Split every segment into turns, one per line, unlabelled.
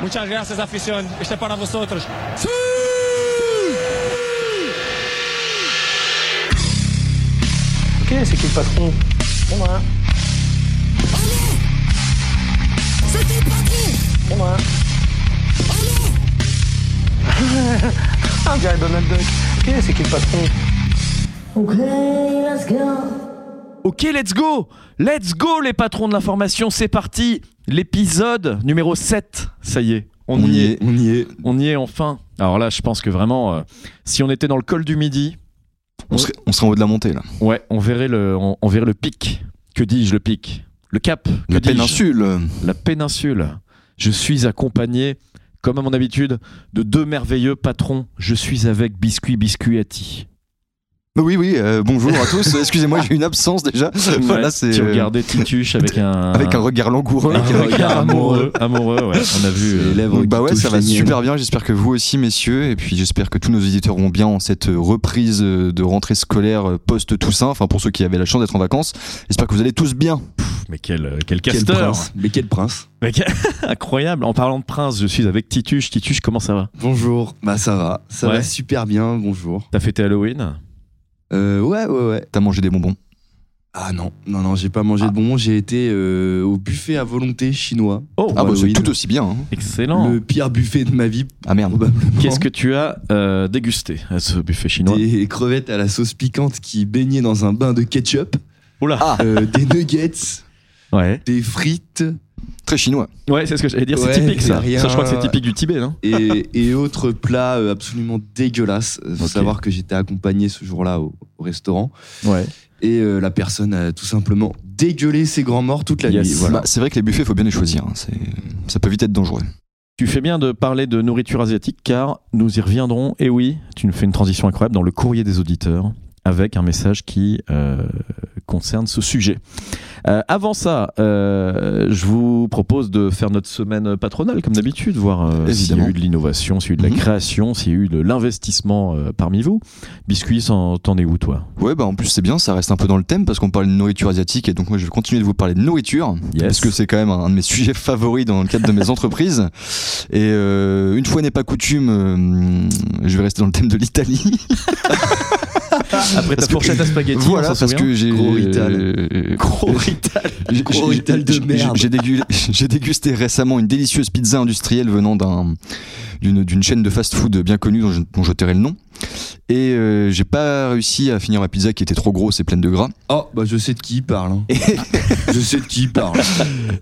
Muchas gracias, afición. Este es para vosotros.
Ok, c'est qui le patron C'est moi. C'est moi. Ah, on dirait Donald Duck. Ok, c'est qui le patron
Okay, let's go.
Ok, let's go Let's go les patrons de l'information, c'est parti L'épisode numéro 7, ça y est, on, y est.
on y est.
on y est enfin. Alors là, je pense que vraiment, euh, si on était dans le col du midi,
On serait, on serait en haut de la montée là.
ouais, on verrait le, on, on verrait le pic. Que dis-je, le pic Le cap que
La
dis-je
péninsule.
La péninsule. Je suis accompagné, comme à mon habitude, de deux merveilleux patrons. Je suis avec Biscuit Biscuati.
Oui, oui, euh, bonjour à tous. Excusez-moi, j'ai eu une absence déjà. Voilà,
Ouais,
c'est,
qui
euh,
regardait Tituche avec un...
Avec un regard langoureux.
un
Donc,
regard amoureux. Amoureux, ouais, on a vu... euh,
bah ouais, ça va super bien. J'espère que vous aussi, messieurs. Et puis j'espère que tous nos auditeurs vont bien en cette euh, reprise euh, de rentrée scolaire euh, post-Toussaint. Enfin, pour ceux qui avaient la chance d'être en vacances, j'espère que vous allez tous bien.
Mais quel, euh, quel
Quel
casteur
prince. Mais quel prince
Mais quel- Incroyable En parlant de prince, je suis avec Tituche. Tituche, comment ça va
Bonjour. Bah ça va, ça
Ouais.
va super bien, bonjour.
T'as fêté Halloween
Euh, ouais, ouais, ouais.
T'as mangé des bonbons.
Ah non, non, non, j'ai pas mangé de bonbons, j'ai été euh, au buffet à volonté chinois.
Oh,
Ah bah c'est
Halloween.
tout aussi bien. hein.
excellent
Le pire buffet de ma vie,
Ah merde.
probablement.
Qu'est-ce que tu as euh, dégusté à ce buffet chinois
Des crevettes à la sauce piquante qui baignaient dans un bain de ketchup,
Oula
euh, des nuggets,
Ouais,
des frites
Très chinois.
ouais c'est ce que j'allais dire,
Ouais,
c'est typique ça.
y a rien.
Ça, je crois que c'est typique du Tibet, non
et, et autres plats euh, absolument dégueulasses. Euh, Faut
Ok.
savoir que j'étais accompagné ce jour-là au, au restaurant
Ouais.
et euh, la personne a tout simplement dégueulé ses grands morts toute la
Yes.
nuit. Voilà.
Bah, c'est vrai que les buffets, faut bien les choisir. hein. C'est- Ça peut vite être dangereux.
Tu fais bien de parler de nourriture asiatique car nous y reviendrons. Et oui, tu nous fais une transition incroyable dans le courrier des auditeurs avec un message qui euh, concerne ce sujet. Euh, avant ça, euh, je vous propose de faire notre semaine patronale comme d'habitude, voir euh, s'il y a
Évidemment.
eu de l'innovation, s'il y a eu de la
Mhm.
création, s'il y a eu de l'investissement euh, parmi vous. Biscuit, s'en- t'en es où toi
Ouais, bah en plus c'est bien, ça reste un peu dans le thème parce qu'on parle de nourriture asiatique et donc moi je vais continuer de vous parler de nourriture
Yes.
parce que c'est quand même un, un de mes sujets favoris dans le cadre de mes entreprises. Et euh, une fois n'est pas coutume, euh, je vais rester dans le thème de l'Italie.
Après ta
Parce que-
fourchette à spaghetti,
voilà,
on s'en
parce
souvient
que j'ai
Gros rital.
euh,
Gros
j'ai-
Gros
j'ai-
rital de
j'ai-
merde.
J'ai dégu- j'ai dégusté récemment une délicieuse pizza industrielle venant d'un d'une d'une chaîne de fast-food bien connue dont je, dont je tairai le nom. Et euh, j'ai pas réussi à finir ma pizza qui était trop grosse et pleine de gras.
Oh, bah je sais de qui il parle. hein. je sais de qui il parle.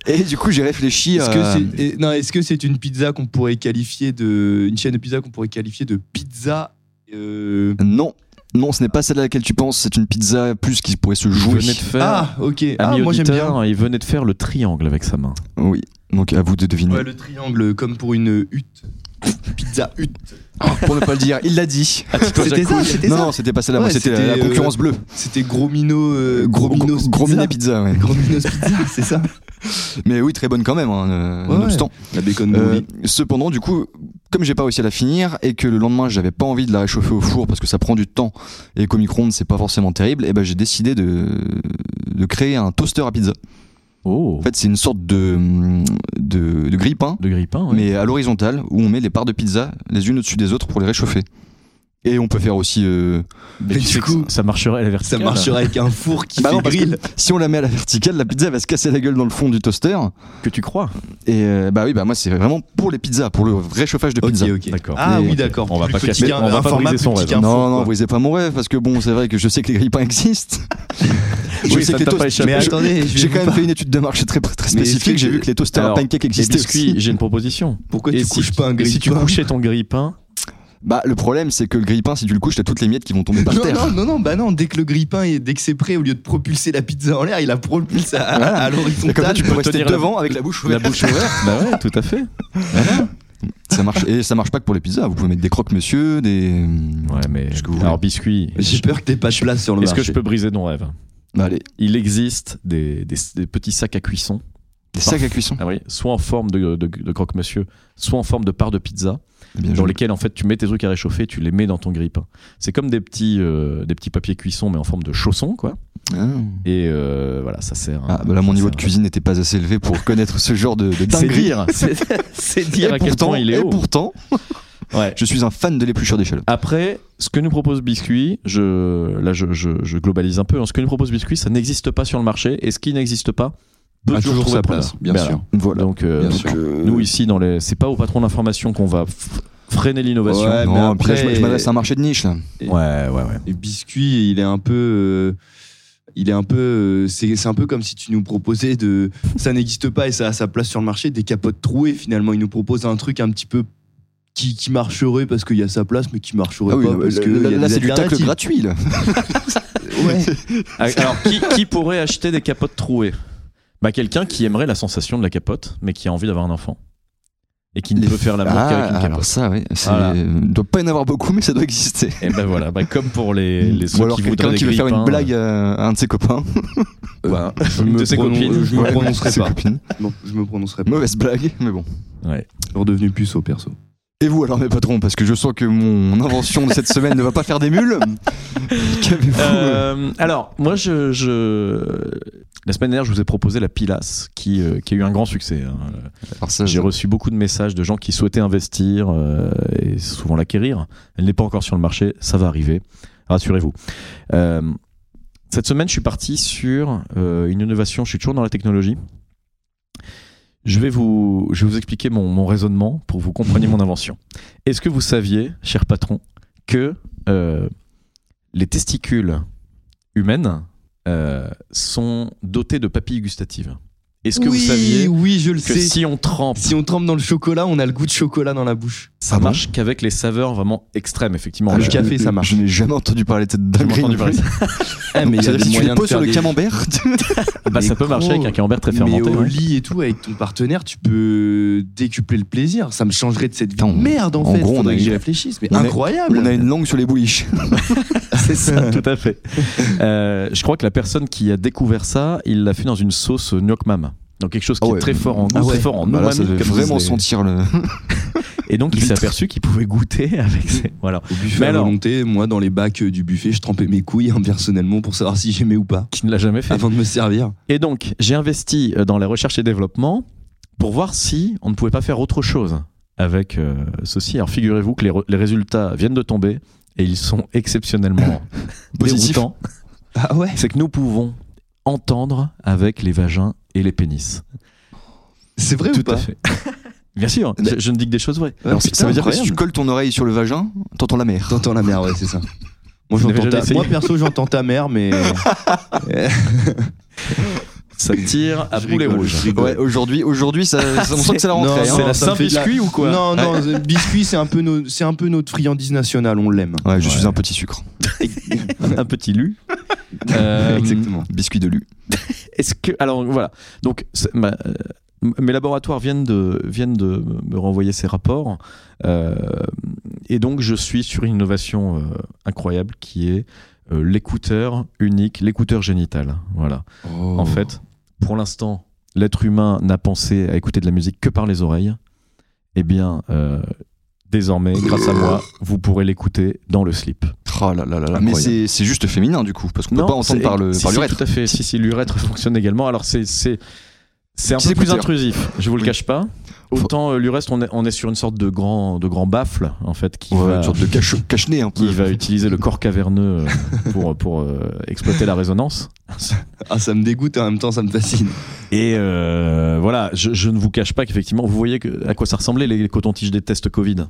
Et du coup j'ai réfléchi euh,
Est-ce
à...
que c'est eh, non, est-ce que c'est une pizza qu'on pourrait qualifier de une chaîne de pizza qu'on pourrait qualifier de pizza euh,
Non, non, ce n'est pas celle à laquelle tu penses. C'est une pizza plus qui pourrait se
Il
jouer.
venait de faire,
Ah, OK. Ah,
ami
moi j'aime bien.
auditeur, il venait de faire le triangle avec sa main.
Oui. Donc à vous de deviner.
Ouais, le triangle comme pour une hutte. Pizza hutte.
Ah, pour ne pas le dire, il l'a dit.
Ah, C'était ça, c'était
non,
ça.
non, c'était pas celle-là.
Ouais,
moi, c'était la- la,
c'était, euh,
concurrence bleue.
C'était gros minot euh, gros
Gros-
minot
gros
pizza.
minet pizza. ouais.
Gros Minos pizza, c'est ça
Mais oui, très bonne quand même. Hein, euh,
Ouais,
nonobstant.
La bacon
Euh,
movie.
cependant, du coup, comme j'ai pas réussi à la finir et que le lendemain j'avais pas envie de la réchauffer au four parce que ça prend du temps et qu'au micro-ondes c'est pas forcément terrible, et ben j'ai décidé de de créer un toaster à pizza.
Oh,
En fait, c'est une sorte de de, de grille-pain
de hein, grippin. ouais.
mais à l'horizontale où on met les parts de pizza les unes au-dessus des autres pour les réchauffer. Et on peut faire aussi. euh,
Mais
Mais
tu
du
sais que
coup,
ça marcherait à la
Ça
verticale.
marcherait avec un four qui
Bah
fait
non, parce que
grill.
si on la met à la verticale, la pizza elle va se casser la gueule dans le fond du toaster.
que tu crois.
Et euh, bah oui, bah moi c'est vraiment pour les pizzas, pour le réchauffage de
OK,
pizza.
OK.
D'accord.
Ah
Mais-
oui, d'accord.
On va
Plus
pas
petit
casser-
qu'un-
on va
un
pas
format
briser son
plus petit
rêve.
qu'un four,
Non, non,
quoi.
brisez pas mon rêve, parce que bon, c'est vrai que je sais que les grille-pains existent. je
Oui,
sais
ça
que les
t'a pas
toasts-
échappé.
Mais
je-
attendez, je vais
J'ai
vous
quand même
par-
fait une étude de marché très, très
Mais est-ce
spécifique,
que-
j'ai vu que les toasters
Alors,
à pancakes
Les
existaient
biscuits,
aussi.
j'ai une proposition.
Pourquoi
Et
tu
si
couches pas un
Et
grill
si tu
pain
couchais ton grille-pain,
Bah, le problème, c'est que le grille-pain, si tu le couches, t'as toutes les miettes qui vont tomber par
non,
terre.
non, non, non, bah non, dès que le grippin est, dès que c'est prêt, au lieu de propulser la pizza en l'air, il la propulse à,
Voilà.
à
Et comme ça,
l'horizontale.
tu peux rester
tenir la-
devant avec la bouche
la
ouverte.
bouche ouverte Bah ouais, tout à fait.
Ça marche et ça marche pas que pour les pizzas. Vous pouvez mettre des croque-monsieur, des.
Ouais, mais.
Ce que vous
Alors, biscuits.
J'ai peur que t'aies pas de place sur le
Est-ce
marché.
que je peux briser ton rêve
Bah, allez.
Il existe des, des- des petits sacs à cuisson
Des sacs à cuisson.
Ah oui, soit en forme de, de- de croque-monsieur, soit en forme de part de pizza,
Eh Bien
dans
joué.
lesquels en fait tu mets tes trucs à réchauffer, tu les mets dans ton grille-pain. C'est comme des petits, euh, des petits papiers cuisson, mais en forme de chaussons, quoi.
Ah.
Et euh, voilà, ça sert.
Ah, bah là, mon niveau de cuisine n'était pas assez élevé pour connaître ce genre de, de
C'est
dinguerie.
dire, c'est c'est
Et
dire à quel
pourtant-
point il est
et
haut.
pourtant,
Ouais.
je suis un fan de l'épluchure d'échalote.
Après, ce que nous propose Biscuit, je, là je, je- je globalise un peu, hein. ce que nous propose Biscuit, ça n'existe pas sur le marché, et ce qui n'existe pas peut
Ah,
A toujours
trouver
sa
preneur.
place, bien
Voilà.
sûr.
Bah, Voilà.
Donc, euh,
Bien
donc,
sûr.
euh,
nous ici, dans les, c'est pas au patron d'information qu'on va f- freiner l'innovation.
Ouais, mais
non, puis là,
après-
je, je m'adresse à un marché de niche là.
ouais, ouais. ouais.
Et Biscuit, il est un peu. euh, il est un peu. euh, c'est c'est un peu comme si tu nous proposais de. Ça n'existe pas et ça a sa place sur le marché, des capotes trouées finalement. Il nous propose un truc un petit peu. Qui, qui marcherait parce qu'il y a sa place, mais qui marcherait
Ah oui,
pas
bah,
là,
parce que.
là,
il y a
là,
des
c'est du tacle
alternatives.
gratuit là.
Ouais.
Ah, Alors, qui, qui pourrait acheter des capotes trouées bah, Quelqu'un qui aimerait la sensation de la capote, mais qui a envie d'avoir un enfant. Et qui ne
Les-
peut faire l'amour qu'avec une
Ah, alors
capote.
ça, oui. c'est-
Voilà.
Il doit pas y en avoir beaucoup, mais ça doit exister.
Et ben voilà, bah, comme pour les, les ceux
Ou alors
qui voudraient
quelqu'un
des
qui veut faire une
grille-pains,
blague à à un de ses copains.
euh, bah,
Je
une
me
de ses
pronon-
copines.
euh, je me
Ouais,
prononcerai
ses
pas.
copines.
Non, je me prononcerai pas.
Mauvaise blague, mais bon.
Je suis redevenu puceau perso.
Et vous alors mes patrons, parce que je sens que mon invention de cette semaine ne va pas faire des mules. Qu'avez-vous euh,
Euh, alors, moi, je, je- la semaine dernière, je vous ai proposé la Pilace, qui, euh, qui a eu un grand succès. hein.
alors ça,
Mmh.
J'ai reçu beaucoup de messages de gens qui souhaitaient investir euh, et souvent l'acquérir. Elle n'est pas encore sur le marché, ça va arriver, rassurez-vous. Euh, cette semaine, je suis parti sur euh, une innovation, je suis toujours dans la technologie. Je vais vous, je vais vous expliquer mon, mon raisonnement pour que vous compreniez mon invention. Est-ce que vous saviez, cher patron, que euh, les testicules humaines euh, sont dotés de papilles gustatives Est-ce que
oui,
vous saviez
Oui, je le
que
sais. Si...
si on trempe,
on trempe dans le chocolat, on a le goût de chocolat dans la bouche.
ça
Ah bon
marche qu'avec les saveurs vraiment extrêmes, effectivement.
Ah,
Là,
le café, ça marche.
Je n'ai jamais entendu parler de cette
j'ai
dinguerie.
entendu
non
parler de
plus.
ça.
Ah,
Donc,
mais il y a
c'est-à-dire
des
si tu les
moyens de
poses sur
faire
le
des-
camembert,
Bah, ça
Mais
peut marcher
gros,
avec un camembert très
Mais
fermenté.
au
ouais.
lit et tout, avec ton partenaire, tu peux décupler le plaisir. Ça me changerait de cette vie.
Putain, on-
Merde, en,
en
fait.
gros, on
faudrait
a
que
une-
j'y réfléchisse. Mais
on a-
incroyable.
on a une langue sur les bouliches.
C'est ça, tout à fait. Euh, je crois que la personne qui a découvert ça, il l'a fait dans une sauce gnocchi mam. Donc quelque chose qui
Ah ouais.
est très fort en goût,
Ah ouais.
très fort en
Bah là,
umami,
ça devait
comme
vraiment
disent les-
sentir le.
Et donc il s'est
l'huître.
aperçu qu'il pouvait goûter avec ses... Voilà.
Au buffet
Mais
à
alors-
volonté, moi, dans les bacs euh, du buffet, je trempais mes couilles hein, personnellement pour savoir si j'aimais ou pas
Qui ne l'a jamais fait.
avant de me servir.
Et donc j'ai investi euh, dans la recherche et développement pour voir si on ne pouvait pas faire autre chose avec euh, ceci. Alors figurez-vous que les, re- les résultats viennent de tomber et ils sont exceptionnellement
Positif.
déroutants.
Ah ouais
c'est que nous pouvons entendre avec les vagins et les pénis.
C'est vrai ou
Tout à
pas
fait. Bien sûr, je, je ne dis que des choses vraies.
Ouais,
Alors,
putain,
ça veut dire que si tu
incroyable.
colles ton oreille sur le vagin, t'entends la mer.
T'entends la mer, ouais, c'est ça. Moi,
Vous n'avez
j'entends
jamais
ta-
essayé
moi, perso, j'entends ta mère, mais.
Ça tire à
Je
boulet
rigole,
rouge.
je rigole.
Ouais, aujourd'hui, aujourd'hui, ça, ça- on sent que c'est la rentrée.
Non,
hein.
C'est la
ça me fait de la-
Saint-Biscuit ou quoi
Non, non, euh, biscuit, c'est un, peu nos- c'est un peu notre friandise nationale, on l'aime.
Ouais, je suis
Ouais.
un petit sucre.
Un petit lu. Euh,
Exactement.
Biscuit de lu.
Est-ce que alors voilà. Donc c'est- ma- euh, mes laboratoires viennent de viennent de me me renvoyer ces rapports euh, et donc je suis sur une innovation euh, incroyable qui est euh, l'écouteur unique, l'écouteur génital. Voilà. oh.
Oh.
En fait, pour l'instant, l'être humain n'a pensé à écouter de la musique que par les oreilles. Eh bien, euh, désormais, grâce à moi, vous pourrez l'écouter dans le slip.
Oh là là là là. Mais
Incroyable.
c'est c'est juste féminin du coup, parce qu'on peut pas entendre
c'est-
par le
si,
par
si,
l'urètre.
Tout à fait. Si, si, l'urètre fonctionne également. Alors, c'est c'est c'est un
Petit
peu plus
écouteur.
intrusif. Je vous le
Oui.
cache pas. Autant euh, l'urètre, on est, on est sur une sorte de grand de grand baffle en fait qui
Ouais,
va
une sorte de cache- cache-nez un peu.
qui va utiliser le corps caverneux euh, pour pour euh, exploiter la résonance.
Ah, ça me dégoûte et en même temps, ça me fascine.
Et euh, voilà, je, je ne vous cache pas qu'effectivement, vous voyez que- à quoi ça ressemblait les, les cotons-tiges des tests Covid.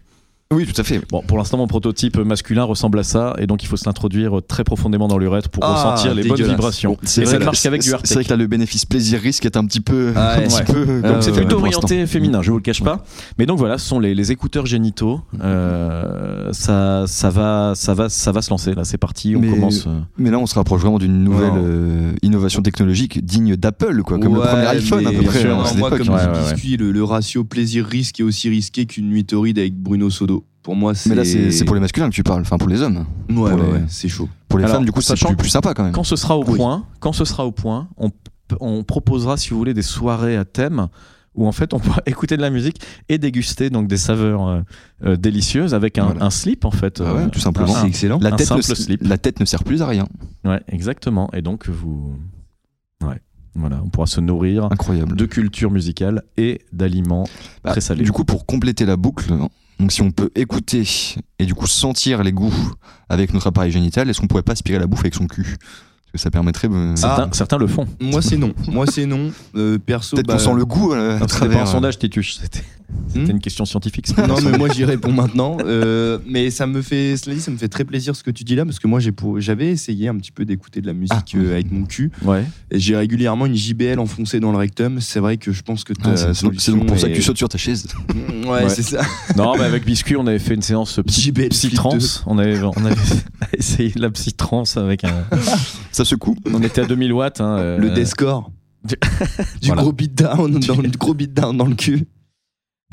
Oui, tout à fait.
Bon, pour l'instant, mon prototype masculin ressemble à ça, et donc il faut se l'introduire très profondément dans l'urètre pour
Ah,
ressentir les bonnes
dégueulasse.
vibrations.
Bon, c'est
et
vrai
ça
que
ne marche
là-
qu'avec du
c'est-
Artec.
C'est vrai que là, le bénéfice plaisir-risque est un petit peu.
Ah,
un
ouais.
petit
Ouais.
peu
Donc
comme
c'est
ça,
plutôt
pour l'instant.
orienté féminin, je vous le cache pas. Mais donc voilà, ce sont les, les écouteurs génitaux. Euh, ça, ça va, ça va, ça va se lancer. Là, c'est parti. On
Mais-
commence. euh,
Mais là, on se rapproche vraiment d'une nouvelle
Non.
euh, innovation technologique digne d'Apple, quoi, comme le
Ouais,
premier iPhone à
mais
peu près.
sûr,
hein,
non,
à cette
moi,
époque.
comme
Ouais,
dit
ouais, ouais.
biscuit, le, le ratio plaisir-risque est aussi risqué qu'une nuit torride avec Bruno Sodo. Pour moi, c'est.
Mais là, c'est c'est pour les masculins que tu parles, enfin pour les hommes.
Ouais,
pour
ouais,
les-
ouais, c'est chaud.
Pour les
Alors,
femmes, du coup, c'est
sachant
plus,
que-
plus sympa quand même.
Quand ce sera au
Oui.
point, quand ce sera au point, on, on proposera, si vous voulez, des soirées à thème où en fait on pourra écouter de la musique et déguster donc des saveurs euh, euh, délicieuses avec un,
Voilà.
un slip en fait.
Ah ouais,
euh,
tout simplement.
un-
C'est excellent.
La
Un
tête, ne,
simple slip.
la tête ne sert plus à rien.
Ouais, exactement. Et donc vous, ouais, voilà, on pourra se nourrir
Incroyable.
de culture musicale et d'aliments
Bah,
très salés.
Du coup, pour compléter la boucle, donc si on peut écouter et du coup sentir les goûts avec notre appareil génital, est-ce qu'on pourrait pas aspirer la bouffe avec son cul Parce que ça permettrait. euh,
Ah.
certains, certains le font.
Moi, c'est non. Moi, c'est non. Euh, perso,
Peut-être
bah,
qu'on sent le goût. euh, à
C'était
travers,
pas un
euh,
sondage, Tituche. C'était c'était une question scientifique. c'était
Hmm Non,
pas un
mais
sondage.
moi j'y réponds maintenant. Euh, mais ça me fait, cela dit, ça me fait très plaisir ce que tu dis là, parce que moi j'ai pour- j'avais essayé un petit peu d'écouter de la musique
Ah.
euh, avec mon cul.
Ouais.
Et j'ai régulièrement une JBL enfoncée dans le rectum. C'est vrai que je pense que
Ah,
ta
c'est- c'est donc pour ça que tu
solution
sautes sur ta chaise.
euh, est- Ouais,
Ouais.
c'est ça.
Non, mais avec Biscuit, on avait fait une séance psy,
JBL
psy
Flip
trans.
2.
On avait, on avait essayé la psy trans avec un.
Ça secoue.
On était à 2000 watts. hein, euh,
Le Descore.
du-
du
Voilà.
gros beatdown dans le gros beatdown dans le cul.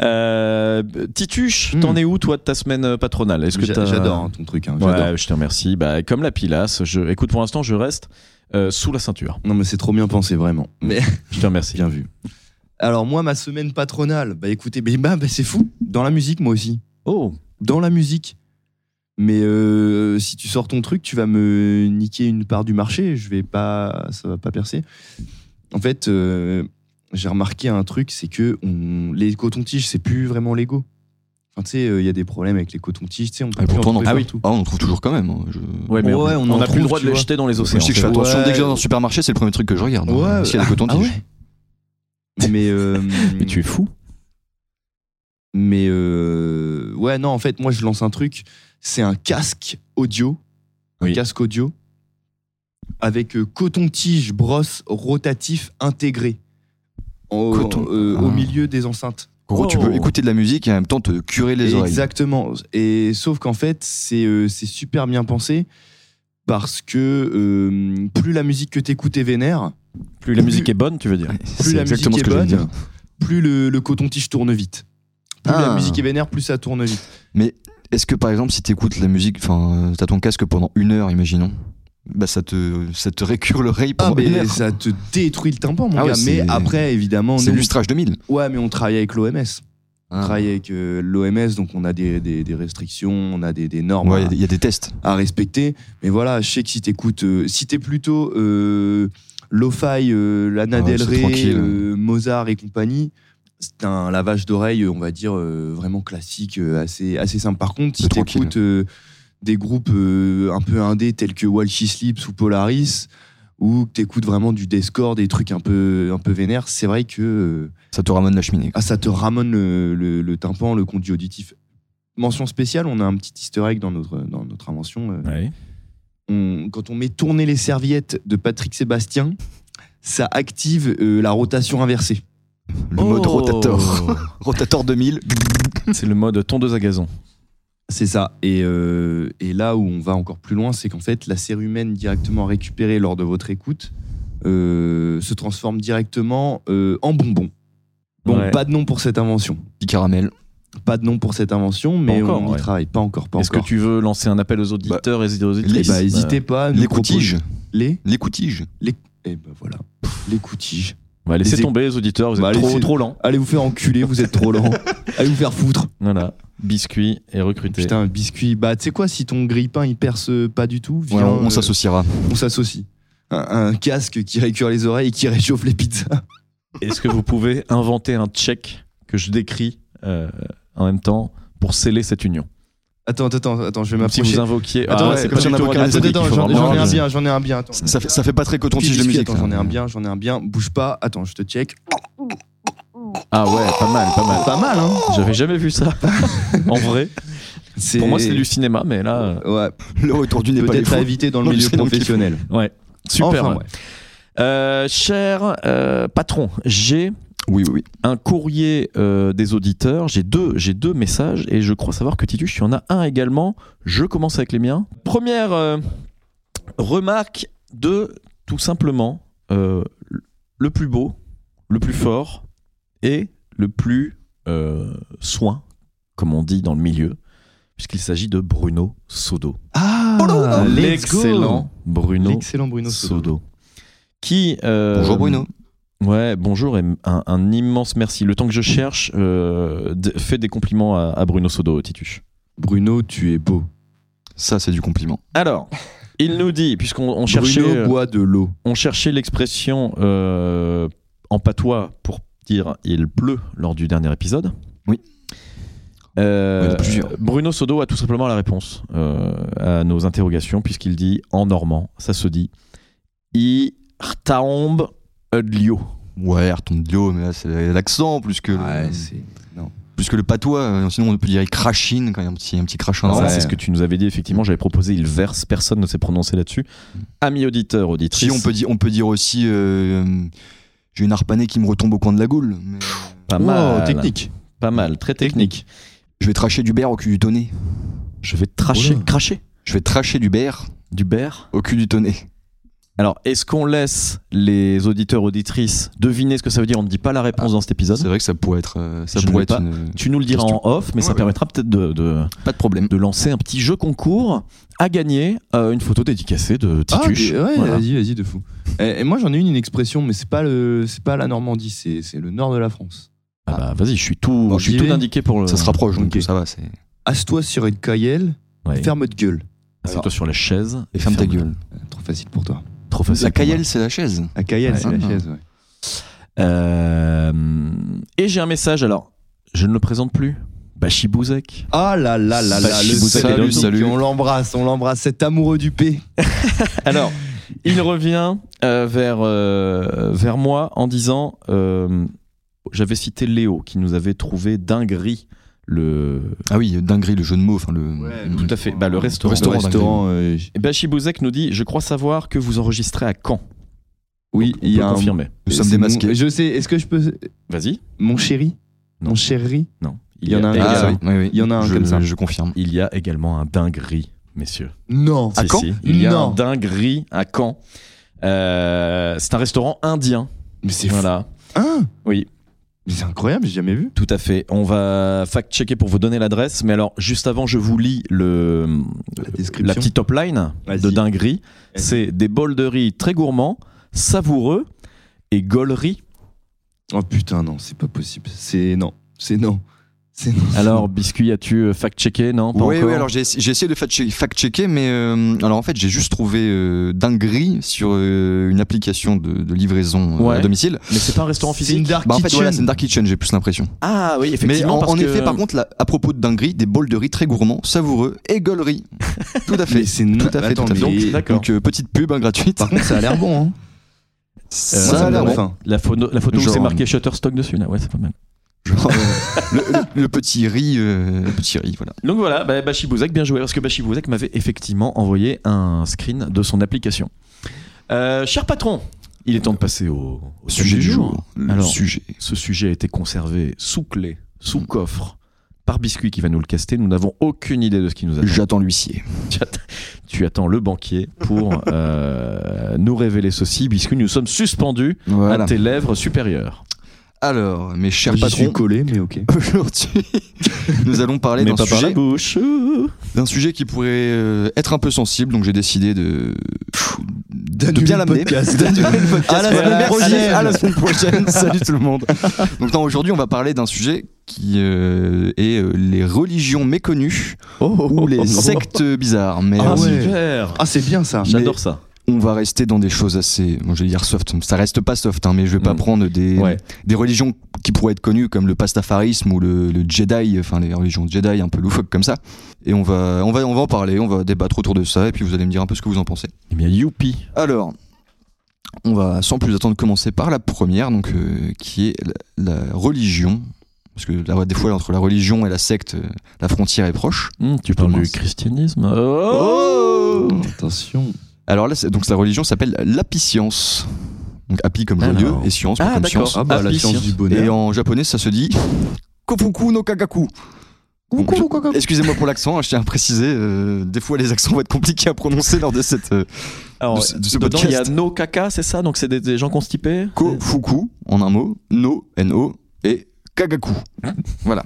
Euh, Tituche, t'en
Hmm.
es où toi de ta semaine euh, patronale Est-ce que
J'a-
t'as-
J'adore hein, ton truc. hein,
Ouais,
j'adore.
je te remercie. Bah, comme la pilasse, je... écoute, pour l'instant, je reste euh, sous la ceinture.
Non mais c'est trop bien pensé vraiment. Mais
Je te remercie.
Bien vu. Alors moi, ma semaine patronale, bah écoutez, bah, bah, bah, c'est fou. Dans la musique, moi aussi.
Oh,
Dans la musique. Mais euh, si tu sors ton truc, tu vas me niquer une part du marché. Je vais pas, ça va pas percer. En fait, euh, j'ai remarqué un truc, c'est que on- les cotons-tiges, c'est plus vraiment Lego. Enfin, tu sais, euh, il y a des problèmes avec les cotons-tiges. Tu sais, on peut
Et
plus en
pourtant, on en
trouver
trouve,
partout.
Ah, on en trouve toujours quand même. hein, je-
ouais, mais
Ouais,
on
on
n'a
en
plus le
trouve,
droit de
tu
les
vois.
jeter dans les
Je
océans.
sais que je
c'est
fais
vrai.
attention.
Ouais.
Dès que je vais dans le supermarché, c'est le premier truc que je regarde. hein,
Ouais,
S'il y a des
ah
cotons-tiges.
ouais. Mais euh,
Mais tu es fou.
Mais euh, ouais, non, en fait, moi, je lance un truc. C'est un casque audio. Un
Oui.
casque audio. Avec euh, coton-tige brosse rotatif intégré. En-
Coton-
euh, Au
Ah.
milieu des enceintes.
En gros, tu
Oh.
peux écouter de la musique et en même temps te curer les oreilles.
Exactement. Et sauf qu'en fait, c'est euh, c'est super bien pensé. Parce que euh, plus la musique que t'écoutes est vénère,
Plus la musique est bonne, tu veux dire.
plus
C'est
la musique
exactement ce
est
que je voulais dire.
bonne, plus le, le coton-tige tourne vite. Plus
Ah.
la musique est vénère, plus ça tourne vite.
Est-ce que par exemple, si t'écoutes la musique, enfin, euh, t'as ton casque pendant une heure, imaginons, bah ça te, ça te récure l'oreille
Ah,
pendant une
mais
heure.
ça te détruit le tympan, mon
Ah ouais,
gars.
c'est-
Mais après, évidemment,
C'est
nous-
lustrage 2000.
ouais, mais on travaille avec l'OMS. On
Ah.
travaille avec euh, l'OMS, donc on a des, des- des restrictions, on a des, des normes
Ouais,
à-
il y, a des tests.
à, respecter. Mais voilà, je sais que si t'écoutes, euh, si t'es plutôt euh, lo-fi, euh, Lana
Ah Ouais,
Del
c'est
Rey,
tranquille.
euh, Mozart et compagnie, c'est un lavage d'oreille, on va dire euh, vraiment classique, euh, assez assez simple. Par contre, si
C'est tranquille.
t'écoutes euh, des groupes euh, un peu indés tels que Walshy Sleeps ou Polaris ou que t'écoutes vraiment du Discord, des trucs un peu un peu vénères, c'est vrai que euh,
Ça te ramène la cheminée.
ah, ça te ramène le, le- le tympan, le conduit auditif. Mention spéciale, on a un petit easter egg dans notre, dans notre invention. euh,
Ouais.
on- quand on met tourner les serviettes de Patrick Sébastien, ça active euh, la rotation inversée.
Le mode
Oh.
rotator. rotator 2000.
c'est le mode tondeuse à gazon.
C'est ça. Et, euh, et là où on va encore plus loin, c'est qu'en fait, la cérumen directement récupérée lors de votre écoute euh, se transforme directement euh, en bonbon. Bon,
Ouais.
pas de nom pour cette invention.
Petit caramel.
Pas de nom pour cette invention, mais
encore,
on y
ouais.
travaille. Pas encore, pas
Est-ce que
encore.
tu euh, veux lancer un appel aux auditeurs et aux auditrices
Bah, n'hésitez pas. à nous
L'écoutiges.
proposer Les
L'écoutige.
Et ben voilà, les coutiges.
Bah, laissez
les-
tomber les auditeurs, vous
Bah,
êtes trop,
laissez-
trop lents.
Allez vous faire enculer, vous êtes trop lent. Allez vous faire foutre.
Voilà. Biscuit est recruté.
Putain, biscuit. Bah, tu sais quoi, si ton grille-pain il perce euh, pas du tout, viens,
Ouais, on on
euh,
s'associera.
on s'associe. Un, un casque qui récure les oreilles et qui réchauffe les pizzas.
Est-ce que vous pouvez inventer un check que je décris euh, en même temps pour sceller cette union
Attends, attends, attends, je vais
Si
m'approcher.
vous invoquiez.
Attends,
Ah,
ouais,
c'est
comme
pas
si
du
on
tout
invoquait
un
un
Attends,
alphabétique,
truc,
il faut
attends, j'en
vraiment
j'en ai un
organiser.
bien, j'en ai un bien. Attends.
Ça fait, ça fait pas très coton-tige de
Biscuit,
musique. hein.
attends, j'en ai
là.
un bien, j'en ai un bien. Bouge pas, attends, je te check.
Ah ouais, pas mal, pas mal.
Pas mal, hein
J'avais jamais vu ça. en vrai. Pour moi, c'est du cinéma, mais là. euh,
Ouais,
Le retour du nez pas les
peut-être
fous.
à éviter dans le
Non,
milieu
c'est donc les fous.
professionnel.
Ouais. Super.
Enfin,
ouais.
ouais.
Euh, cher euh, patron, j'ai
Oui, oui, oui.
un courrier euh, des auditeurs. J'ai deux, j'ai deux messages et je crois savoir que Titus, tu en as un également. Je commence avec les miens. Première euh, remarque de tout simplement euh, le plus beau, le plus fort et le plus euh, soin, comme on dit dans le milieu, puisqu'il s'agit de Bruno Sodo.
Ah, let's go.
L'excellent Bruno
L'excellent Bruno Sodo.
Sodo. qui. euh,
Bonjour Bruno.
Ouais, bonjour et un, un immense merci. Le temps que je cherche, euh, d- fais des compliments à, à Bruno Sodo, Tituche.
Bruno, tu es beau.
Ça, c'est du compliment.
Alors, il nous dit, puisqu'on on cherchait, euh,
Bruno boit de l'eau.
on cherchait l'expression euh, en patois pour dire il pleut lors du dernier épisode.
Oui.
Euh,
Il y en a plusieurs.
Bruno Sodo a tout simplement la réponse euh, à nos interrogations, puisqu'il dit en normand, ça se dit I rtaombe edlio.
Ouais, retombe Dio, mais là, c'est l'accent plus que,
Ouais,
le,
c'est-
plus que le patois. Euh, Sinon, on peut dire crashine quand il y a un petit, un petit crash en
Alors
avant.
ça, c'est ce que tu nous avais dit, effectivement. J'avais proposé il verse, personne ne s'est prononcé là-dessus. Amis auditeurs, auditrices.
Si, on peut, dire- on peut dire aussi euh, euh, j'ai une arpanée qui me retombe au coin de la goule. mais, euh,
Pas
Wow,
mal.
Oh, technique.
Pas mal, très technique.
je vais tracher du beurre au cul du tonnet.
Je vais tracher,
Oh.
Oula.
cracher
Je vais tracher du beurre
du beurre.
au cul du tonnet.
Alors, est-ce qu'on laisse les auditeurs, auditrices deviner ce que ça veut dire On ne dit pas la réponse dans cet
Ah. C'est
épisode.
vrai que ça pourrait être, euh, ça
Je ne
pourrait
l'ai
être
pas.
une-
Tu nous le diras en
Question.
off, mais
Ouais,
ça
ouais.
permettra peut-être de, de,
pas de problème.
de lancer un petit jeu concours à gagner euh, une photo dédicacée de
Ah,
Tituche.
mais- ouais,
Voilà.
vas-y, vas-y, de fou. Et, et moi, j'en ai une, une expression, mais c'est pas, le, c'est pas la Normandie, c'est, c'est le nord de la France.
Ah bah, vas-y, je suis tout,
Bon,
je suis
j'y
tout
vais.
indiqué pour le.
Ça se rapproche, euh, donc
Ok.
ça va. c'est-
Asse-toi sur une cayelle,
Ouais.
ferme de gueule.
Assieds-toi sur la chaise
Et ferme ta gueule.
Euh, Trop facile pour toi.
Trop facile.
La
pour moi.
cayenne, c'est la chaise.
La cayenne,
Ouais.
c'est la
Ah.
chaise, ouais.
Euh, et j'ai un message alors, je ne le présente plus. Bachi Bouzek.
Ah là là là là,
Salut,
le
salut,
salut,
salut.
On l'embrasse, on l'embrasse, cet amoureux du P.
Alors, il revient euh, vers, euh, vers moi en disant euh, J'avais cité Léo qui nous avait trouvé dinguerie le.
Ah oui, dinguerie, le jeu de mots. Enfin, le,
Ouais,
le-
Tout à fait, bah, le restaurant.
restaurant.
Le restaurant euh, j-
Et Bachi Bouzek nous dit Je crois savoir que vous enregistrez à Caen.
oui, il y
peut
a un.
confirmer.
nous sommes
c'est
démasqués.
mon- Je sais, est-ce que je peux.
Vas-y.
Mon chéri
Non.
Mon chéri
Non.
Il y en a un
également-
comme ça.
Ah, oui, oui, oui.
Il y en a un
Je-
comme ça.
Je confirme.
Il y a également un dinguerie, messieurs.
Non.
À
Si,
Caen
si. Il y a
Non.
un dinguerie à Caen. Euh, c'est un restaurant indien.
Mais c'est fou.
Voilà.
Hein
Oui.
Mais c'est incroyable, j'ai jamais vu.
Tout à fait. On va fact-checker pour vous donner l'adresse. Mais alors, juste avant, je vous lis le,
description.
la petite top line
Vas-y.
de dinguerie.
Vas-y.
C'est des bols de riz très gourmands, savoureux et gaulerie.
Oh putain, non, c'est pas possible. C'est non. C'est non. C'est non.
Alors, Biscuit, as-tu euh, fact-checké Non, pas
Oui,
encore.
oui, alors j'ai j'ai essayé de fact- fact-checker, mais euh, alors en fait, j'ai juste trouvé euh, dinguerie sur euh, une application de, de livraison euh,
Ouais.
à domicile.
Mais c'est pas un restaurant
C'est une
physique.
dark
Bah, en fait,
kitchen.
voilà, c'est une Dark Kitchen, j'ai plus l'impression.
Ah oui,
Mais
effectivement.
en,
parce
en
que-
effet, par contre, là, à propos de dinguerie, des bols de riz très gourmands, savoureux et gaulerie. tout à
Mais
fait.
c'est non.
Tout à fait,
Attends,
tout à fait.
mais-
Donc, d'accord.
Donc, euh, petite pub hein, gratuite.
Par contre, ça a l'air bon. Hein.
ça,
Moi,
ça
a
me
l'air
donne
bon.
faim.
la photo, la photo où
Genre-
c'est marqué Shutterstock dessus, là, ouais, c'est pas mal.
Genre, euh, le, le- le petit riz, euh, le petit riz, voilà.
Donc voilà, bah, Bashi Bouzek, bien joué, parce que Bashi Bouzek m'avait effectivement envoyé un screen de son application. Euh, cher patron, il est temps de passer au, au
Sujet du jour. Le
Alors.
sujet.
Ce sujet a été conservé sous clé, sous coffre, par Biscuit qui va nous le caster. Nous n'avons aucune idée de ce qui nous attend.
J'attends l'huissier.
Tu att- Tu attends le banquier pour euh, nous révéler ceci. Biscuit, nous sommes suspendus à
Voilà.
Ah, tes lèvres supérieures.
Alors, mes chers
J'y suis
patrons,
collé, mais ok.
aujourd'hui, nous allons parler
Mais
d'un
pas par la
sujet,
bouche.
d'un sujet qui pourrait euh, être un peu sensible, donc j'ai décidé de, de
D'annuler
bien
le
l'amener.
podcast.
D'annuler le podcast.
À la semaine
Voilà,
prochaine.
À la semaine prochaine. Salut tout le monde. Donc non, aujourd'hui, on va parler d'un sujet qui euh, est euh, les religions méconnues
Oh,
ou les sectes bizarres. Mais
Ah
euh,
ouais.
super
Ah, c'est bien ça.
J'adore ça.
on va rester dans des choses assez, bon, je vais dire soft, ça reste pas soft, hein, mais je vais pas
Mm.
prendre des,
Ouais.
des religions qui pourraient être connues comme le pastafarisme ou le, le Jedi, enfin les religions Jedi un peu loufoques comme ça. Et on va, on, va, on va en parler, on va débattre autour de ça, et puis vous allez me dire un peu ce que vous en pensez.
Eh bien, youpi.
Alors, on va sans plus attendre commencer par la première, donc, euh, qui est la, la religion. Parce que là, des fois, entre la religion et la secte, euh, la frontière est proche.
Hum, tu
Plutôt
parles du
mince.
christianisme. hein. Oh
oh, Attention.
Alors là, c'est- donc la religion s'appelle l'apicience. Donc api comme
Alors.
joyeux et science
Ah,
comme
d'accord.
science.
Ah bah, la
Happy
science
science.
du
Et
bonheur.
en japonais, ça se dit Kofuku no Kagaku. Bon, je- Excusez-moi pour l'accent, hein, je tiens à préciser. euh, des fois, les accents vont être compliqués à prononcer lors de cette euh,
Alors,
de ce- de ce
Oh, dedans, il y a
podcast.
no caca, c'est ça Donc, c'est des, des gens constipés
Euh, Hein Kofuku en un mot, no, no et Kagaku. voilà.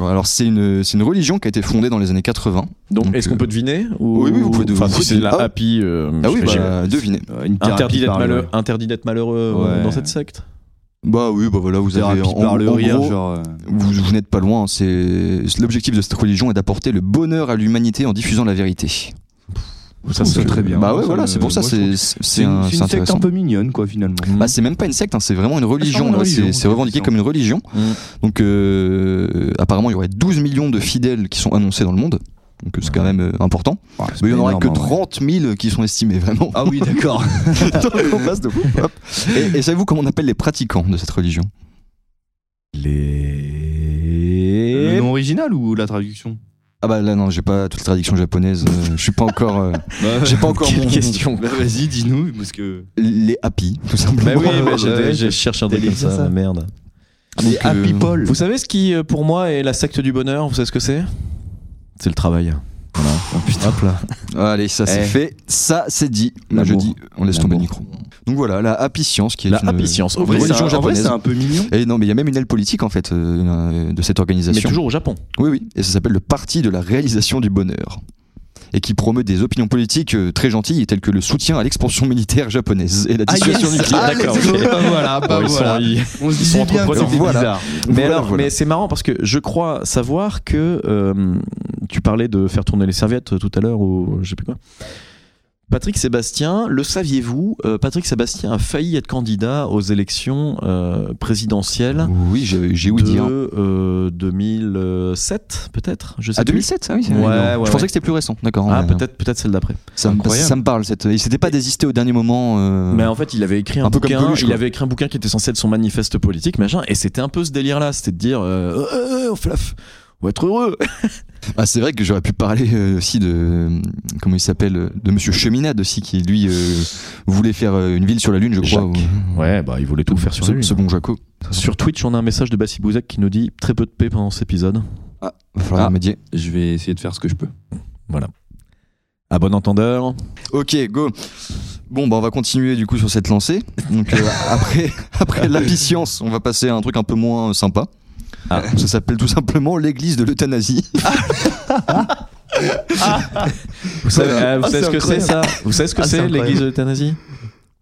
Alors c'est une, c'est une religion qui a été fondée dans les années 80.
Donc, est-ce qu'on peut deviner ou...
Oui, oui, vous pouvez deviner.
Enfin, si c'est de la
Ah.
happy. euh, je
Ah oui,
sais pas,
bah, devinez.
euh, Une
j'ai-
thérapie
interdit d'être
par le-
malheureux, interdit d'être malheureux euh,
Ouais.
dans cette secte.
Bah oui, bah voilà, vous avez
Thérapie par le rire,
gros,
genre. euh,
vous, vous n'êtes pas loin. hein, C'est l'objectif de cette religion est d'apporter le bonheur à l'humanité en diffusant la vérité.
Ça
trouve ça très bien.
bah
Moi,
ouais,
ça
voilà,
me-
c'est pour ça,
moi, je trouve
c'est c'est
que C'est
un-
une,
c'est
c'est une secte
intéressant.
un peu mignonne, quoi, finalement.
Bah, c'est même pas une secte, hein, c'est vraiment une religion.
vraiment une
ouais, c'est-
religion,
C'est revendiqué
ok,
comme une religion.
Mm.
Donc, euh, apparemment, il y aurait 12 millions de fidèles qui sont annoncés dans le monde. Donc, c'est quand même euh, important.
Ouais,
Mais il n'y en aura
énorme,
que
hein, ouais.
30 000 qui sont estimés, vraiment.
Ah oui, d'accord.
Donc, on passe de fou, hop. Et, et savez-vous comment on appelle les pratiquants de cette religion
Le
Les.
nom original ou la traduction
Ah bah là, non, j'ai pas toute la traduction japonaise. euh, Je suis pas encore. euh, j'ai pas encore
Quelle
mon-
question
Bah, Vas-y, dis-nous, parce que.
Les happy, tout simplement.
Bah oui, mais
ouais,
j'ai-
ouais,
j'ai- je cherche un truc
t'as
comme
dit ça,
ça,
ça.
merde.
Donc,
Les Happy
euh,
Paul.
Vous savez ce qui, euh, pour moi, est la secte du bonheur Vous savez ce que c'est C'est le travail. Voilà. Hop là.
Allez, ça c'est
Eh.
fait, ça c'est dit. Là,
L'amour.
je dis, on laisse tomber le
L'amour.
micro. Donc voilà, la happy science qui est
La
une
happy science.
une
Au vrai,
c'est
religion
un- en vrai,
japonaise.
c'est un peu mignon.
Et non, mais il y a même une aile politique en fait euh, euh, de cette
Mais
organisation.
toujours au Japon.
Oui, oui. Et ça s'appelle le Parti de la réalisation du bonheur. Et qui promeut des opinions politiques euh, très gentilles, telles que le soutien à l'expansion militaire japonaise et la dissuasion nucléaire.
Ah, d'accord,
let's go.
ok.
Bah voilà, bah
Bon, ils sont-
voilà.
ils-
On se
Ils sont
disait bien que
entrepreneurs.
c'était
Voilà.
bizarre.
Mais
Voilà,
alors,
voilà.
mais c'est marrant parce que je crois savoir que euh, tu parlais de faire tourner les serviettes euh, tout à l'heure ou je sais plus quoi. Patrick Sébastien, le saviez-vous euh, Patrick Sébastien a failli être candidat aux élections euh, présidentielles
Oui, j'ai j'ai ouï
de
dire.
euh, 2007 peut-être, je sais
À
plus.
2007, ça oui. c'est-
Ouais,
non.
ouais,
je
ouais.
pensais que c'était plus récent, d'accord.
Ah
mais,
peut-être peut-être celle d'après.
Ça, me-
Incroyable.
ça me parle. Cette... Il s'était pas désisté au dernier moment. euh,
Mais en fait, il avait écrit un,
un peu comme
bouquin.
Coluche,
il
quoi.
avait écrit un bouquin qui était censé être son manifeste politique, machin. Et c'était un peu ce délire-là, c'était de dire, euh, Euh, euh, on fait la f- on va être heureux.
Ah, c'est vrai que j'aurais pu parler euh, aussi de euh, comment il s'appelle euh, de Monsieur Cheminade aussi qui lui euh, voulait faire euh, une ville sur la lune, je crois.
Jacques. Ouais, bah il voulait tout faire sur
ce,
lui.
ce bon Jaco.
Sur Twitch, on a un message de Bassi Bouzek qui nous dit très peu de paix pendant cet épisode.
Va falloir
Ah.
remédier.
Je vais essayer de faire ce que je peux.
À bon entendeur.
Ok, go. Bon, bah on va continuer du coup sur cette lancée. Donc euh, après après l'apiscience, on va passer à un truc un peu moins euh, sympa. Euh,
Ah.
Ça s'appelle tout simplement l'église de l'euthanasie.
Vous savez, euh, vous
Ah,
savez
c'est
ce que c'est ça Vous savez ce que
Ah, c'est
c'est
incroyable.
l'église de l'euthanasie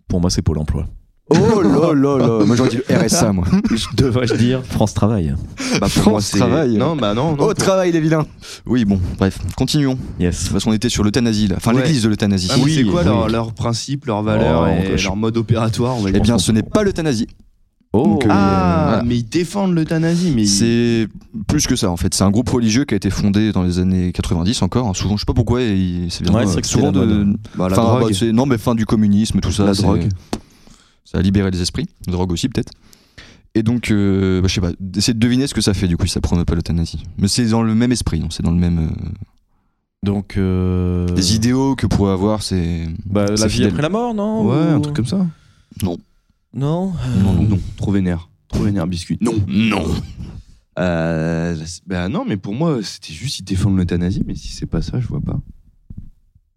Pour moi, c'est Pôle emploi.
Oh là là là. Moi j'aurais dit le RSA moi.
Devrais-je dire France Travail
Bah, pour
France Travail. hein. Oh,
Non, bah non, non.
Au travail les vilains. Oui, bon, bref, continuons. De
Yes.
toute façon, on était sur l'euthanasie là. Enfin
Ouais.
l'église de l'euthanasie.
Ah, mais c'est quoi
Oui.
leur, leur principe, leur valeur
Oh, on
et
coche.
leur mode opératoire on va
Eh
dire.
bien, ce n'est pas l'euthanasie.
Oh.
Donc, euh,
Ah,
voilà.
mais ils défendent l'euthanasie, mais. ils-
C'est plus que ça en fait. C'est un groupe religieux qui a été fondé dans les années 90 encore. hein. Souvent, je sais pas pourquoi, et c'est bien
Ouais, c'est vrai que
souvent
c'était la
de.
mode. hein.
Bah, la
Enfin,
drogue.
bah, c'est- non, mais fin du communisme, tout ça.
La
c'est-
drogue.
Ça a libéré les esprits. La drogue aussi, peut-être. Et donc, euh, bah, je sais pas, essayez de deviner ce que ça fait du coup si ça promeut pas l'euthanasie. Mais c'est dans le même esprit, donc c'est dans le même. euh,
Donc. euh,
Les idéaux que pourrait avoir, c'est.
bah, la
c'est
vie
fidèle.
après la mort, non
Ouais,
Ou-
un truc comme ça.
Non.
Non, non.
Non, trop vénère. Trop vénère, biscuit. Non.
Non
Euh, c'est- bah non, mais pour moi, c'était juste ils défendent l'euthanasie, mais si c'est pas ça, je vois pas.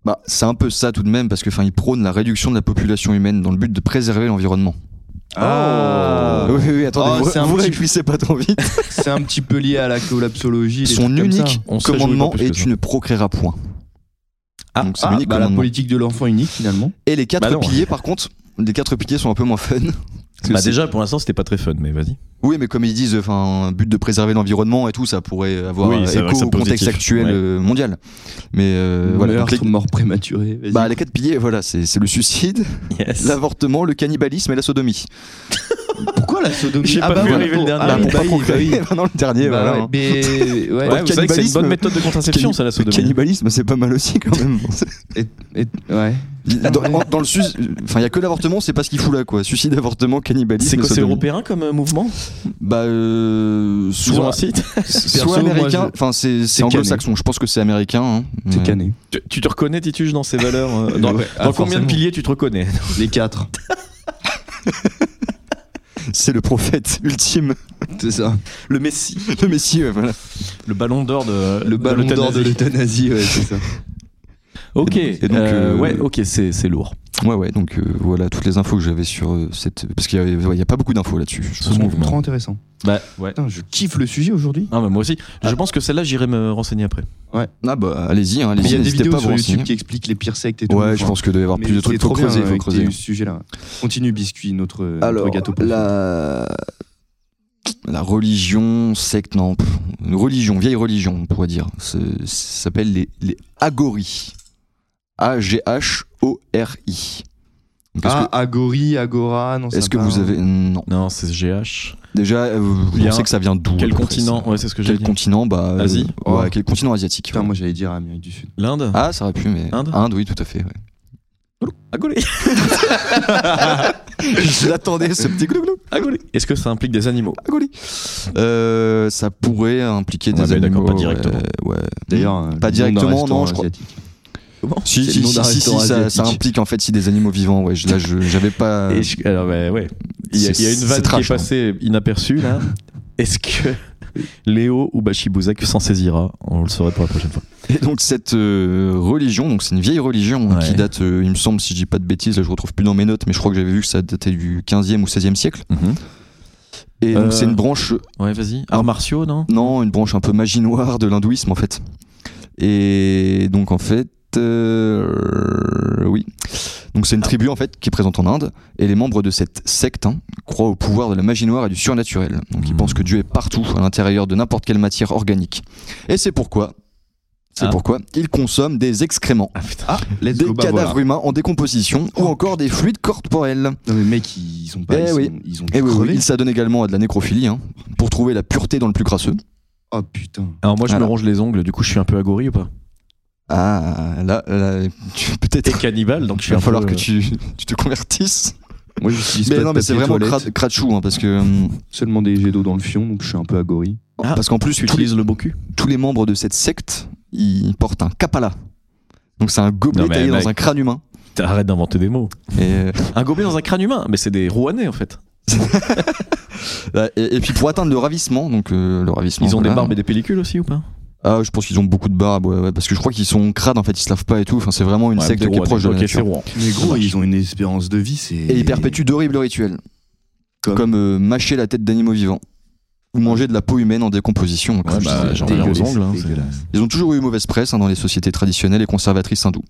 Bah, c'est un peu ça tout de même, parce que enfin, ils prônent la réduction de la population humaine dans le but de préserver l'environnement.
Ah.
Oui, oui, oui, attendez,
Oh,
vous,
c'est un
vous
petit-
réfléchissez pas trop vite.
C'est un petit peu lié à la collapsologie. les
Son
trucs comme ça.
unique
On se réjouit pas
commandement
plus que
est
ça.
tu ne procréeras point.
Ah,
Donc c'est
Ah,
l'unique
bah, la
commandement.
politique de l'enfant unique, finalement.
Et les quatre
Bah non.
piliers, par contre, les quatre piliers sont un peu moins fun. Parce que
Bah
c'est-
déjà, pour l'instant, c'était pas très fun, mais vas-y.
Oui, mais comme ils disent, enfin, but de préserver l'environnement et tout, ça pourrait avoir
Oui,
euh,
c'est vrai que
écho
c'est
au contexte
positif,
actuel
ouais.
euh, mondial. Mais euh, voilà, donc
Meurtre,
les,
mort prématurée. vas-y.
bah, les quatre piliers, voilà, c'est c'est le suicide,
Yes.
l'avortement, le cannibalisme et la sodomie.
pourquoi la sodomie
J'ai pas
vu
voilà.
arriver le dernier.
Ah,
Bah,
oui,
pour
bah
pas
oui,
procréer,
bah oui.
bah non, le dernier,
Bah
voilà.
ouais,
hein.
mais- ouais.
Ouais, vous savez que c'est une
cannibalisme-
bonne méthode de contraception, ça, la
Le
sodomie.
cannibalisme, c'est pas mal aussi quand même.
Et- ouais.
dans, dans le sus, enfin, il y a que l'avortement, c'est pas ce qu'il fout là, quoi. Suicide, avortement, cannibalisme.
C'est quoi, c'est
sodomie.
européen comme euh, mouvement
Bah, euh,
Ils ont
soit,
un site
soit
moi,
américain,
je-
enfin, c'est c'est
cané.
anglo-saxon. Je pense que c'est américain. hein.
C'est
Ouais.
cané.
tu, tu te reconnais, Tituche, dans ces valeurs euh, dans, dans
Ouais, ah,
combien de
forcément.
piliers tu te reconnais
Les quatre.
C'est le prophète ultime,
C'est ça.
Le Messie.
le Messie, ouais, voilà.
Le ballon d'or de
Le ballon d'or de
l'euthanasie.
l'euthanasie, ouais, c'est ça.
Ok,
Et donc, et donc,
euh,
euh,
ouais, ok, c'est c'est lourd.
Ouais, ouais, donc euh, voilà toutes les infos que j'avais sur euh, cette. Parce qu'il n'y a, pas beaucoup d'infos là-dessus. Je
Ce
pense qu'on-
mouvement.
Trop intéressant.
Bah ouais.
Putain, je kiffe le sujet aujourd'hui.
Ah, mais moi aussi. Je pense que celle-là, j'irai me renseigner après.
Ah bah allez-y, hein,
Mais Il
allez-y,
y a des
n'hésitez
vidéos
pas à vous
sur YouTube
renseigner.
qui expliquent les pires sectes et tout.
Ouais, je pense que doit y avoir
Mais
plus de
c'est
trucs. Faut
trop bien,
creuser,
euh,
faut
que t'aies
creuser.
eu ce sujet-là. Continue, biscuit, notre,
Euh,
notre
Alors,
gâteau. préféré.
la... la religion, secte, non, pff, une religion, vieille religion, on pourrait dire. Ça ça s'appelle les, les Agori. A-G-H-O-R-I. Donc, Est-ce
Ah, Agori, Agora, non,
que,
ça
est-ce que
va,
vous
hein.
avez. Non.
Non, c'est GH.
Déjà, euh, vous
Il y a
pensez
un-
que ça vient d'où à
Quel
peu près,
continent
ça
Ouais, c'est ce que j'ai
Quel
dit.
continent bah, euh,
Asie Oh.
ouais,
Ouais.
quel continent asiatique
Putain,
ouais.
moi j'allais dire Amérique du Sud.
L'Inde
Ah, ça aurait pu, mais.
Inde
oui, tout à fait. ouais.
À Golé.
Je l'attendais, ce petit glouglou.
À Golé. Est-ce que ça implique des animaux
Agoli. Euh, ça pourrait impliquer
Ouais,
des
mais d'accord, pas
animaux.
directement.
Ouais. ouais.
D'ailleurs,
Hmm. Pas directement, non, je crois. Si,
C'est
si,
le nom
si,
d'un
si,
restaurant
si, ça,
asiatique.
ça implique en fait si des animaux vivants. Ouais, je- là, je- j'avais pas.
Et je- Alors, bah, ouais. Il y a,
C'est-
il y a une
c'est
vanne qui
trash,
est passée inaperçue, là. hein. Est-ce que Léo ou Bachibouzac s'en saisira On le saurait pour la prochaine fois.
Et donc cette euh, religion, donc c'est une vieille religion hein, qui
Ouais.
date, euh, il me semble, si je dis pas de bêtises, là je retrouve plus dans mes notes, mais je crois que j'avais vu que ça datait du 15e ou 16e siècle.
Mhm.
Et donc
Euh.
c'est une branche,
Ouais, vas-y. Arts martiaux, non
non, une branche un peu magie noire de l'hindouisme en fait. Et donc en fait, euh, oui. Donc c'est une tribu en fait qui est présente en Inde et les membres de cette secte hein, croient au pouvoir de la magie noire et du surnaturel. Donc
Hmm.
ils
Mhm.
pensent que Dieu est partout à l'intérieur de n'importe quelle matière organique. Et c'est pourquoi, c'est
Ah.
pourquoi ils consomment des excréments.
Ah putain.
Ah, let's
des
go, bah,
cadavres
voilà. Oh,
humains en décomposition ou encore des fluides corporels.
Non, mais mec, ils sont pas.
Eh
ils,
oui.
sont, ils ont
Et
dû
oui, oui,
crever.
il s'adonne également à de la nécrophilie hein, pour trouver la pureté dans le plus crasseux.
Oh putain.
Alors, Ah, moi, je
Voilà.
me ronge les ongles, du coup, je suis un peu agori ou pas
Ah là, là, tu-
T'es
peut-être
cannibale, donc je
il
suis
va
un
falloir
peu,
que
euh,
tu, tu te convertisses.
Moi, j'utilise
Mais
pas
non,
de
mais c'est
papier
vraiment
toilette,
crade- crade-chou hein, parce que hum,
seulement des jets d'eau dans le fion, donc je suis un peu agori.
Ah,
parce qu'en plus
Tu
tous les,
utilises le beau cul
tous les membres de cette secte ils portent un kapala. Donc c'est un gobelet
Non, mais
taillé
mec.
dans un crâne humain.
Arrête d'inventer des mots.
Et,
Un gobelet dans un crâne humain Mais c'est des Rouanais, en fait.
euh, et, et puis pour atteindre le ravissement, donc euh, le ravissement.
Ils ont des
voilà.
barbes et des pellicules aussi ou pas
Ah, je pense qu'ils ont beaucoup de barbes, ouais, ouais, parce que je crois qu'ils sont crades en fait, ils se lavent pas et tout. Enfin, c'est vraiment une
Ouais,
secte
des
qui est
Rouennais.
proche de la
Ok,
nature.
c'est Rouen.
Mais gros, ils ont une espérance de vie, c'est.
Et ils perpétuent d'horribles rituels.
Comme
Comme, euh, mâcher la tête d'animaux vivants. Ou manger de la peau humaine en décomposition. comme je
bah,
disais.
j'en ai aux
dégueulasse,
ongles. hein, c'est-
dégueulasse.
Ils ont toujours eu mauvaise presse hein, dans les sociétés traditionnelles et conservatrices hindoues.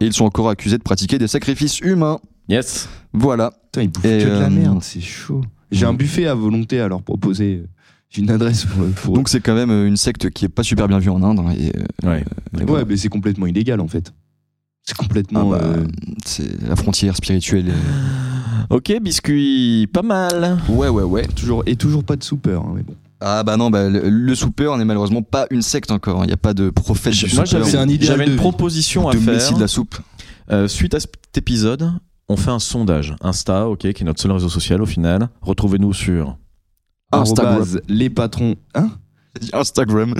Et ils sont encore accusés de pratiquer des sacrifices humains.
Yes.
Voilà.
Putain, ils bouffent
Et,
que de
euh, Hmm.
la merde, c'est chaud. J'ai un buffet à volonté à leur proposer. J'ai une adresse pour. pour-
Donc c'est quand même euh, une secte qui est pas super bien vue en Inde. hein, et, euh,
Ouais.
ouais, mais c'est complètement illégal en fait. C'est complètement.
ah bah,
euh,
c'est la frontière spirituelle. euh.
Ok, biscuit, pas mal.
Ouais, ouais, ouais.
toujours, et toujours pas de soupeur, hein, mais bon.
Ah bah non, bah, le, le soupeur n'est malheureusement pas une secte encore. hein. Il n'y a pas de prophète du
Moi,
soupeur.
j'avais
C'est un idéal
j'avais
de
une
vie.
proposition à
de
faire.
messie de la soupe.
Euh, suite à cet épisode, on fait un sondage. Insta, ok, qui est notre seul réseau social au final. Retrouvez-nous sur.
Instagram.
Arrobase, les patrons. Hein
Instagram.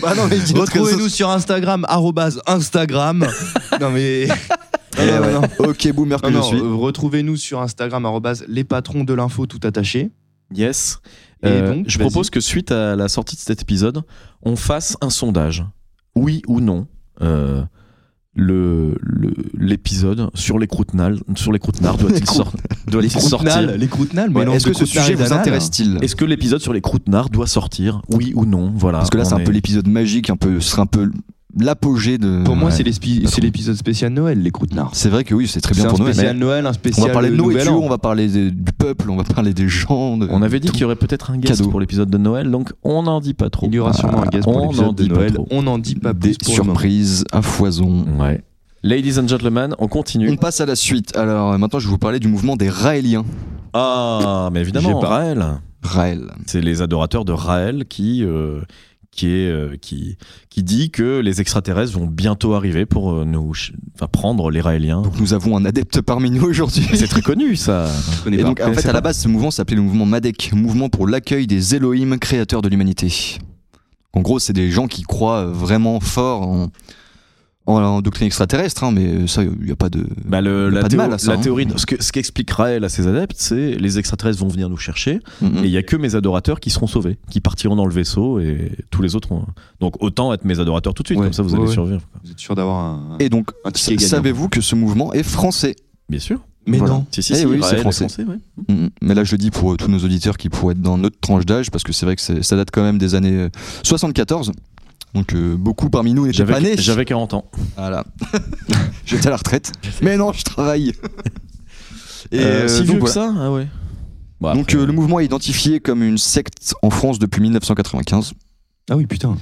bah non, mais dis notre
Retrouvez-nous sur Instagram, arrobase Instagram. non mais. Ah
Eh
Non, non,
ouais.
non.
Ok, boomer que
Non,
je
non,
suis.
euh, retrouvez-nous sur Instagram, arrobase les patrons de l'info tout attaché.
Yes.
Et
Euh,
donc,
je
vas-y.
propose que suite à la sortie de cet épisode, on fasse un sondage. Oui ou non. euh, le le- l'épisode sur les croûtenards sur les croûtenards doit-il sor- doit-il sortir
Croûtenal, les croûtenales,
Ouais,
mélange
Est-ce
de
que ce
croûtenal
sujet
et
vous
d'anal.
intéresse-t-il
est-ce que l'épisode sur les croûtenards doit sortir oui ou non voilà
Parce que là, c'est
on
un peu
est-
l'épisode magique, un peu, ce serait un peu l'apogée de.
Pour moi,
Ouais.
c'est l'espi- c'est l'épisode spécial Noël, les croûtenards.
c'est vrai que oui, c'est très
C'est
bien
un
pour Noël.
spécial Noël, un
On
spécial.
va parler de
Nouvel
nourriture,
An.
on va parler des- du peuple, on va parler des gens. de-
on avait dit
tout.
qu'il y aurait peut-être un guest
Cadeau.
pour l'épisode de Noël donc on n'en dit pas trop Ah,
Il y aura sûrement un gaz
Bah, on
pour
n'en
l'épisode de
dit pas
Noël.
trop.
On n'en dit pas
des
plus pour le moment.
surprises à foison.
Ouais. Ladies and gentlemen, on
On
continue.
passe à la suite. Alors euh, maintenant, je vais vous parler du mouvement des Raéliens.
Ah, mais évidemment,
J'ai pas-
Raël.
Raël.
C'est les adorateurs de Raël qui, euh, qui, est, euh, qui, qui dit que les extraterrestres vont bientôt arriver pour euh, nous ch- enfin, prendre les Raéliens.
Donc nous avons un adepte parmi nous aujourd'hui.
C'est très connu, ça.
Je connais
Et
pas.
donc, en fait, à la base, ce mouvement s'appelait le mouvement MADEC, mouvement pour l'accueil des Elohim créateurs de l'humanité. En gros, c'est des gens qui croient vraiment fort en, en, en doctrine extraterrestre, hein, mais ça, il n'y a pas de.
Bah, le-
Y a
la,
pas de
théo-
mal à ça,
la
hein.
théorie, de- ce que- ce qu'expliquera elle à ses adeptes, c'est les extraterrestres vont venir nous chercher
Mhm.
et il y a que mes adorateurs qui seront sauvés, qui partiront dans le vaisseau et tous les autres. ont- Donc autant être mes adorateurs tout de suite,
Ouais,
comme ça vous
ouais,
allez
ouais.
survivre.
Vous êtes sûr d'avoir un.
Et donc,
Un ticket gagnant.
savez-vous que ce mouvement est français
Bien sûr.
Mais
Voilà.
non.
Si, si,
Eh
si,
oui,
Israël
c'est
est
français.
ouais.
Mhm. Mais là, je le dis pour euh, tous nos auditeurs qui pourraient être dans notre tranche d'âge, parce que c'est vrai que c'est- ça date quand même des années euh, 74. Donc, euh, beaucoup parmi nous n'étaient pas nés.
J'avais j'avais 40 ans.
Voilà. J'étais à la retraite. Mais non, je travaille. Et
Euh,
euh,
si
donc
vieux que
voilà.
ça, ah ouais. Bah,
Donc
après,
euh, le mouvement est identifié comme une secte en France depuis 1995
Ah oui, putain.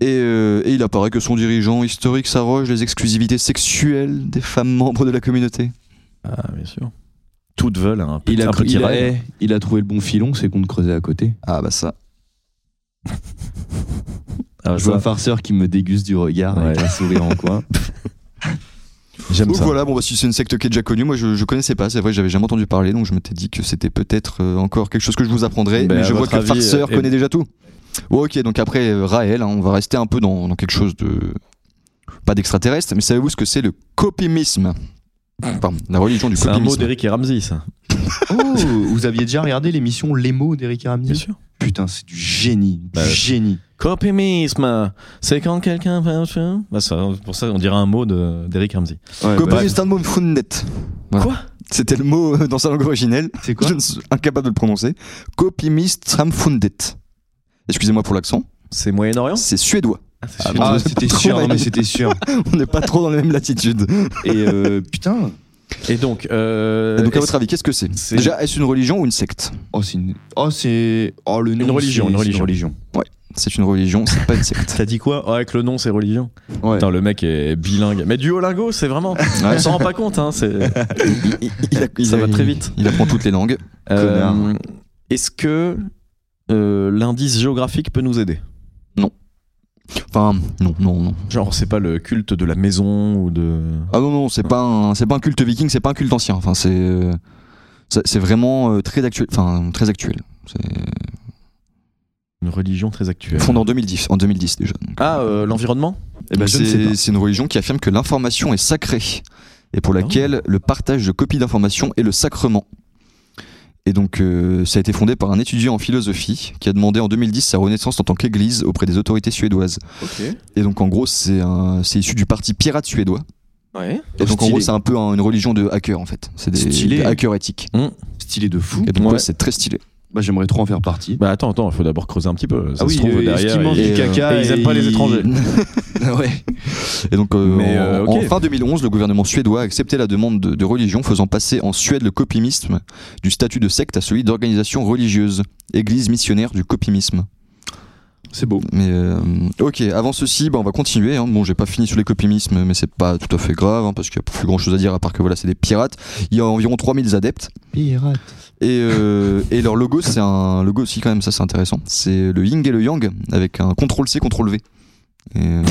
et, euh, et il apparaît que son dirigeant historique s'arroge les exclusivités sexuelles des femmes membres de la communauté.
ah, bien sûr. Toutes veulent un petit,
Il a,
un
cru-
petit
il, a,
rêve.
eh, il a trouvé le bon filon, c'est qu'on te creusait à côté.
Ah bah ça.
Ah,
je
ça,
vois un farceur qui me déguste du regard avec
Ouais.
un sourire en coin.
J'aime
Donc
ça.
voilà, bon bah, si c'est une secte qui est déjà connue, moi je, je connaissais pas, c'est vrai, j'avais jamais entendu parler, donc je m'étais dit que c'était peut-être euh, encore quelque chose que je vous apprendrai,
Ben,
mais
à
je vois
votre
que le
avis,
farceur
euh,
connaît déjà tout. Ouais, ok, donc après euh, Raël, hein, on va rester un peu dans, dans quelque chose de... Pas d'extraterrestre, mais savez-vous ce que c'est le copimisme Pardon, la religion du
C'est un mot
copimisme.
d'Eric et Ramsey, ça.
Oh, vous aviez déjà regardé l'émission Les mots d'Eric
Bien
Ramsey
sûr.
Putain, c'est du génie, du
Bah,
génie.
Copimisme, c'est quand quelqu'un. Bah, ça, pour ça, on dirait un mot de- d'Eric Ramsey.
Ouais, bah,
Copimisme, c'est un mot fundet. Voilà.
Quoi
C'était le mot euh, dans sa langue originelle.
c'est quoi
je ne suis incapable de le prononcer. Copimistam fundet. Excusez-moi pour l'accent,
C'est Moyen-Orient
c'est suédois.
Ah, c'est
Ah,
sûr.
bon.
Ah,
je sais
c'était
pas trop,
sûr, non,
mais-
mais c'était sûr.
On n'est pas trop dans la même latitude.
Et euh, putain,
Et donc, euh,
Et donc, à
est-ce-
votre avis, qu'est-ce que c'est
c'est-
Déjà, est-ce une religion ou une secte
oh, c'est une... oh, c'est. Oh, le nom.
religion,
c'est-
une
c'est
religion.
C'est une religion, c'est pas une secte.
t'as dit quoi Oh, Avec le nom, c'est religion.
Ouais.
Putain, le mec est bilingue. Mais duolingo, c'est vraiment. On s'en rend pas compte. Hein, c'est-
Il a- il
ça
a-
va
il-
très vite.
Il apprend toutes les langues.
Euh,
Connard.
Est-ce que euh, l'indice géographique peut nous aider
Enfin, non, non, non.
Genre, c'est pas le culte de la maison ou de.
Ah non, non, c'est pas un, c'est pas un culte viking, c'est pas un culte ancien. Enfin, c'est, euh, c'est c'est vraiment euh, très actuel. Enfin, très actuel. C'est
Une religion très actuelle.
fondé en 2010, en 2010 déjà. Donc,
Ah, euh, l'environnement
Eh ben, je ne sais pas.
c'est c'est une religion qui affirme que l'information est sacrée et pour
Ah.
laquelle le partage de copies d'informations est le sacrement. Et donc, euh, ça a été fondé par un étudiant en philosophie qui a demandé en 2010 sa renaissance en tant qu'église auprès des autorités suédoises.
Ok.
Et donc, en gros, c'est un- c'est issu du parti pirate suédois.
Ouais.
Et donc, en
Stylé.
gros, c'est un peu un- une religion de hackers en fait. C'est des,
Stylé.
des hackers éthiques.
Stylé de fou.
Et donc,
Ouais.
ouais, c'est très stylé.
Bah, J'aimerais trop en faire partie.
Bah attends, attends, il faut d'abord creuser un petit peu. Ça
ah oui,
se trouve
euh, est-ce
derrière.
qu'ils mangent
il-
et-
du caca.
et ils aiment
et
pas les étrangers.
ouais.
Et donc, euh,
Mais,
en,
euh,
en
ok.
fin 2011, le gouvernement suédois a accepté la demande de, de religion, faisant passer en Suède le copimisme du statut de secte à celui d'organisation religieuse, église missionnaire du copimisme.
C'est beau.
Mais euh, ok, avant ceci, bah, on va continuer. hein. Bon, j'ai pas fini sur les copimismes, mais c'est pas tout à fait grave, hein, parce qu'il n'y a plus grand chose à dire à part que voilà, c'est des pirates. Il y a environ 3000 adeptes.
Pirate.
Et, euh, et leur logo, c'est un logo aussi quand même, ça c'est intéressant. C'est le yin et le yang avec un contrôle C, contrôle V. Et euh,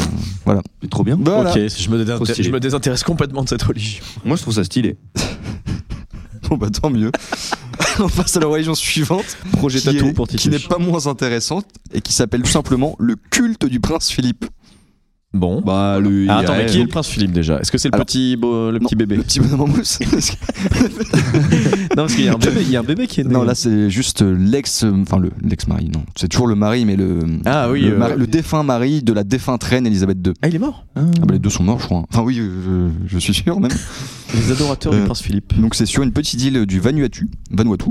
Mais trop bien.
voilà.
Ok, je me,
Trop
désintéresse,
stylé.
je me désintéresse complètement de cette religion.
Moi, je trouve ça stylé.
Bon bah tant mieux. on passe à la religion suivante,
Projet
qui,
tatou
est-
pour
qui
Titi.
n'est pas moins intéressante et qui s'appelle tout simplement le culte du prince Philippe.
Bon.
Bah, le.
Ah, attends,
IRL,
mais qui est le prince Philippe déjà Est-ce que c'est le
Alors-
petit, beau- le
Non,
petit bébé
Le petit bonhomme en mousse.
Non, parce qu'il y a un bébé, il y a un bébé qui est né.
non là c'est juste euh, l'ex, enfin le l'ex-mari, non. C'est toujours le mari mais le...
Ah oui,
le,
euh,
mari- le défunt mari de la défunte reine Elisabeth II.
Ah, il est mort
Ah bah, les deux sont morts je crois. Enfin oui euh, je, je suis sûr même.
Les adorateurs
Euh,
du prince Philippe.
Donc c'est sur une petite île du Vanuatu. Vanuatu.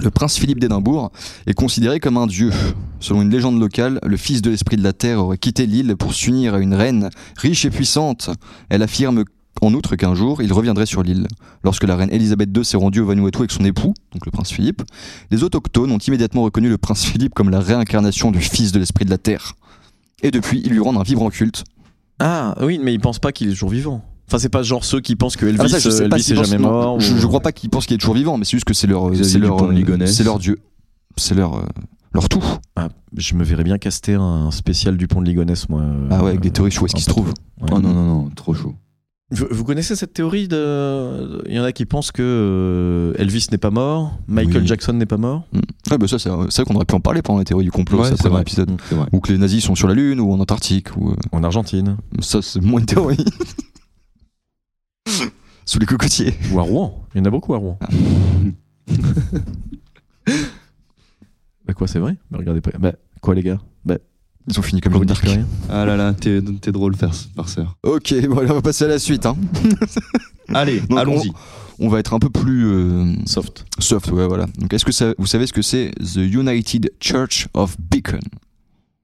Le prince Philippe d'Édimbourg est considéré comme un dieu. Selon une légende locale, le fils de l'esprit de la terre aurait quitté l'île pour s'unir à une reine riche et puissante. Elle affirme en outre qu'un jour, il reviendrait sur l'île. Lorsque la reine Elisabeth II s'est rendue au Vanuatu avec son époux, donc le prince Philippe, les autochtones ont immédiatement reconnu le prince Philippe comme la réincarnation du fils de l'esprit de la terre. Et depuis, ils lui rendent un vibrant culte.
Ah oui, mais il pense pas qu'il est toujours vivant. Enfin, c'est pas genre ceux qui pensent que Elvis,
Ah, ça, je sais
euh,
pas
Elvis
s'ils
est
pensent-
jamais
non,
mort.
Je,
ou-
je crois pas qu'ils pensent qu'il est toujours vivant, mais c'est juste que c'est leur,
Xavier
c'est leur, euh,
Dupont de Ligonnès.
c'est leur dieu, c'est leur, euh, leur tout.
Ah, je me verrais bien caster un spécial du pont de Ligonnès, moi.
Ah ouais, avec
Euh,
des théories où est-ce
un
qu'ils se
peu
trouvent.
trop. Ouais.
Oh Ah, non, non, non, trop chaud.
Vous, vous connaissez cette théorie de... Il y en a qui pensent que euh, Elvis n'est pas mort, Michael
Oui.
Jackson n'est pas mort.
Ah bah ça, c'est c'est vrai qu'on aurait pu en parler pendant la théorie du complot,
Ouais,
ça,
c'est
après un
vrai.
épisode.
C'est vrai.
Ou que les nazis sont sur la Lune, ou en Antarctique, ou. euh,
En Argentine.
Ça, c'est moins une théorie. Sous les cocotiers.
Ou à Rouen. Il y en a beaucoup à Rouen. bah quoi, c'est vrai Bah regardez pas. Bah quoi les gars Bah
Ils ont fini comme
vous
Jeanne
dites
d'Arc.
plus rien
Ah là là, t'es t'es drôle, farce- farceur.
Ok, bon, alors on va passer à la suite. hein.
Allez,
Donc,
allons-y.
On va être un peu plus euh,
Soft.
soft, ouais, voilà. Donc, est-ce que ça, vous savez ce que c'est The United Church of Beacon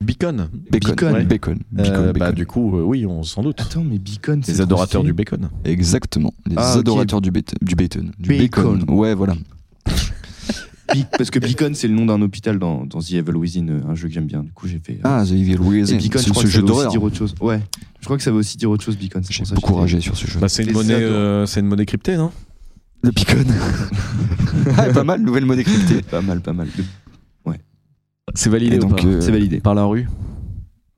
Beacon.
Bacon.
Beacon.
ouais. Bacon.
Euh,
Beacon,
bah
Bacon.
du coup, euh, oui, on s'en doute.
Attends, mais Beacon, c'est.
Les
trop
adorateurs du
stylé.
bacon.
Exactement. Les
Ah, ok.
adorateurs du, bait- du Bacon. Du
Bacon.
Ouais, voilà.
Be- Parce que Beacon, c'est le nom d'un hôpital dans, dans The Evil Within, euh, un jeu que j'aime bien. Du coup, j'ai fait. euh,
Ah, The Evil
et
Within.
Beacon,
C'est
je crois
ce jeu
que ça veut aussi
d'horreur.
dire autre chose. Ouais, je crois que ça veut aussi dire autre chose, Beacon. c'est
J'ai
pour ça que
beaucoup
j'ai-
ragé sur ce jeu.
Bah c'est une
Les
monnaie,
ados.
euh, c'est une monnaie cryptée, non
Le Beacon. ah, pas mal, nouvelle monnaie cryptée.
Pas mal, pas mal.
C'est validé
Et
ou
donc,
pas
euh,
C'est validé.
Par la rue.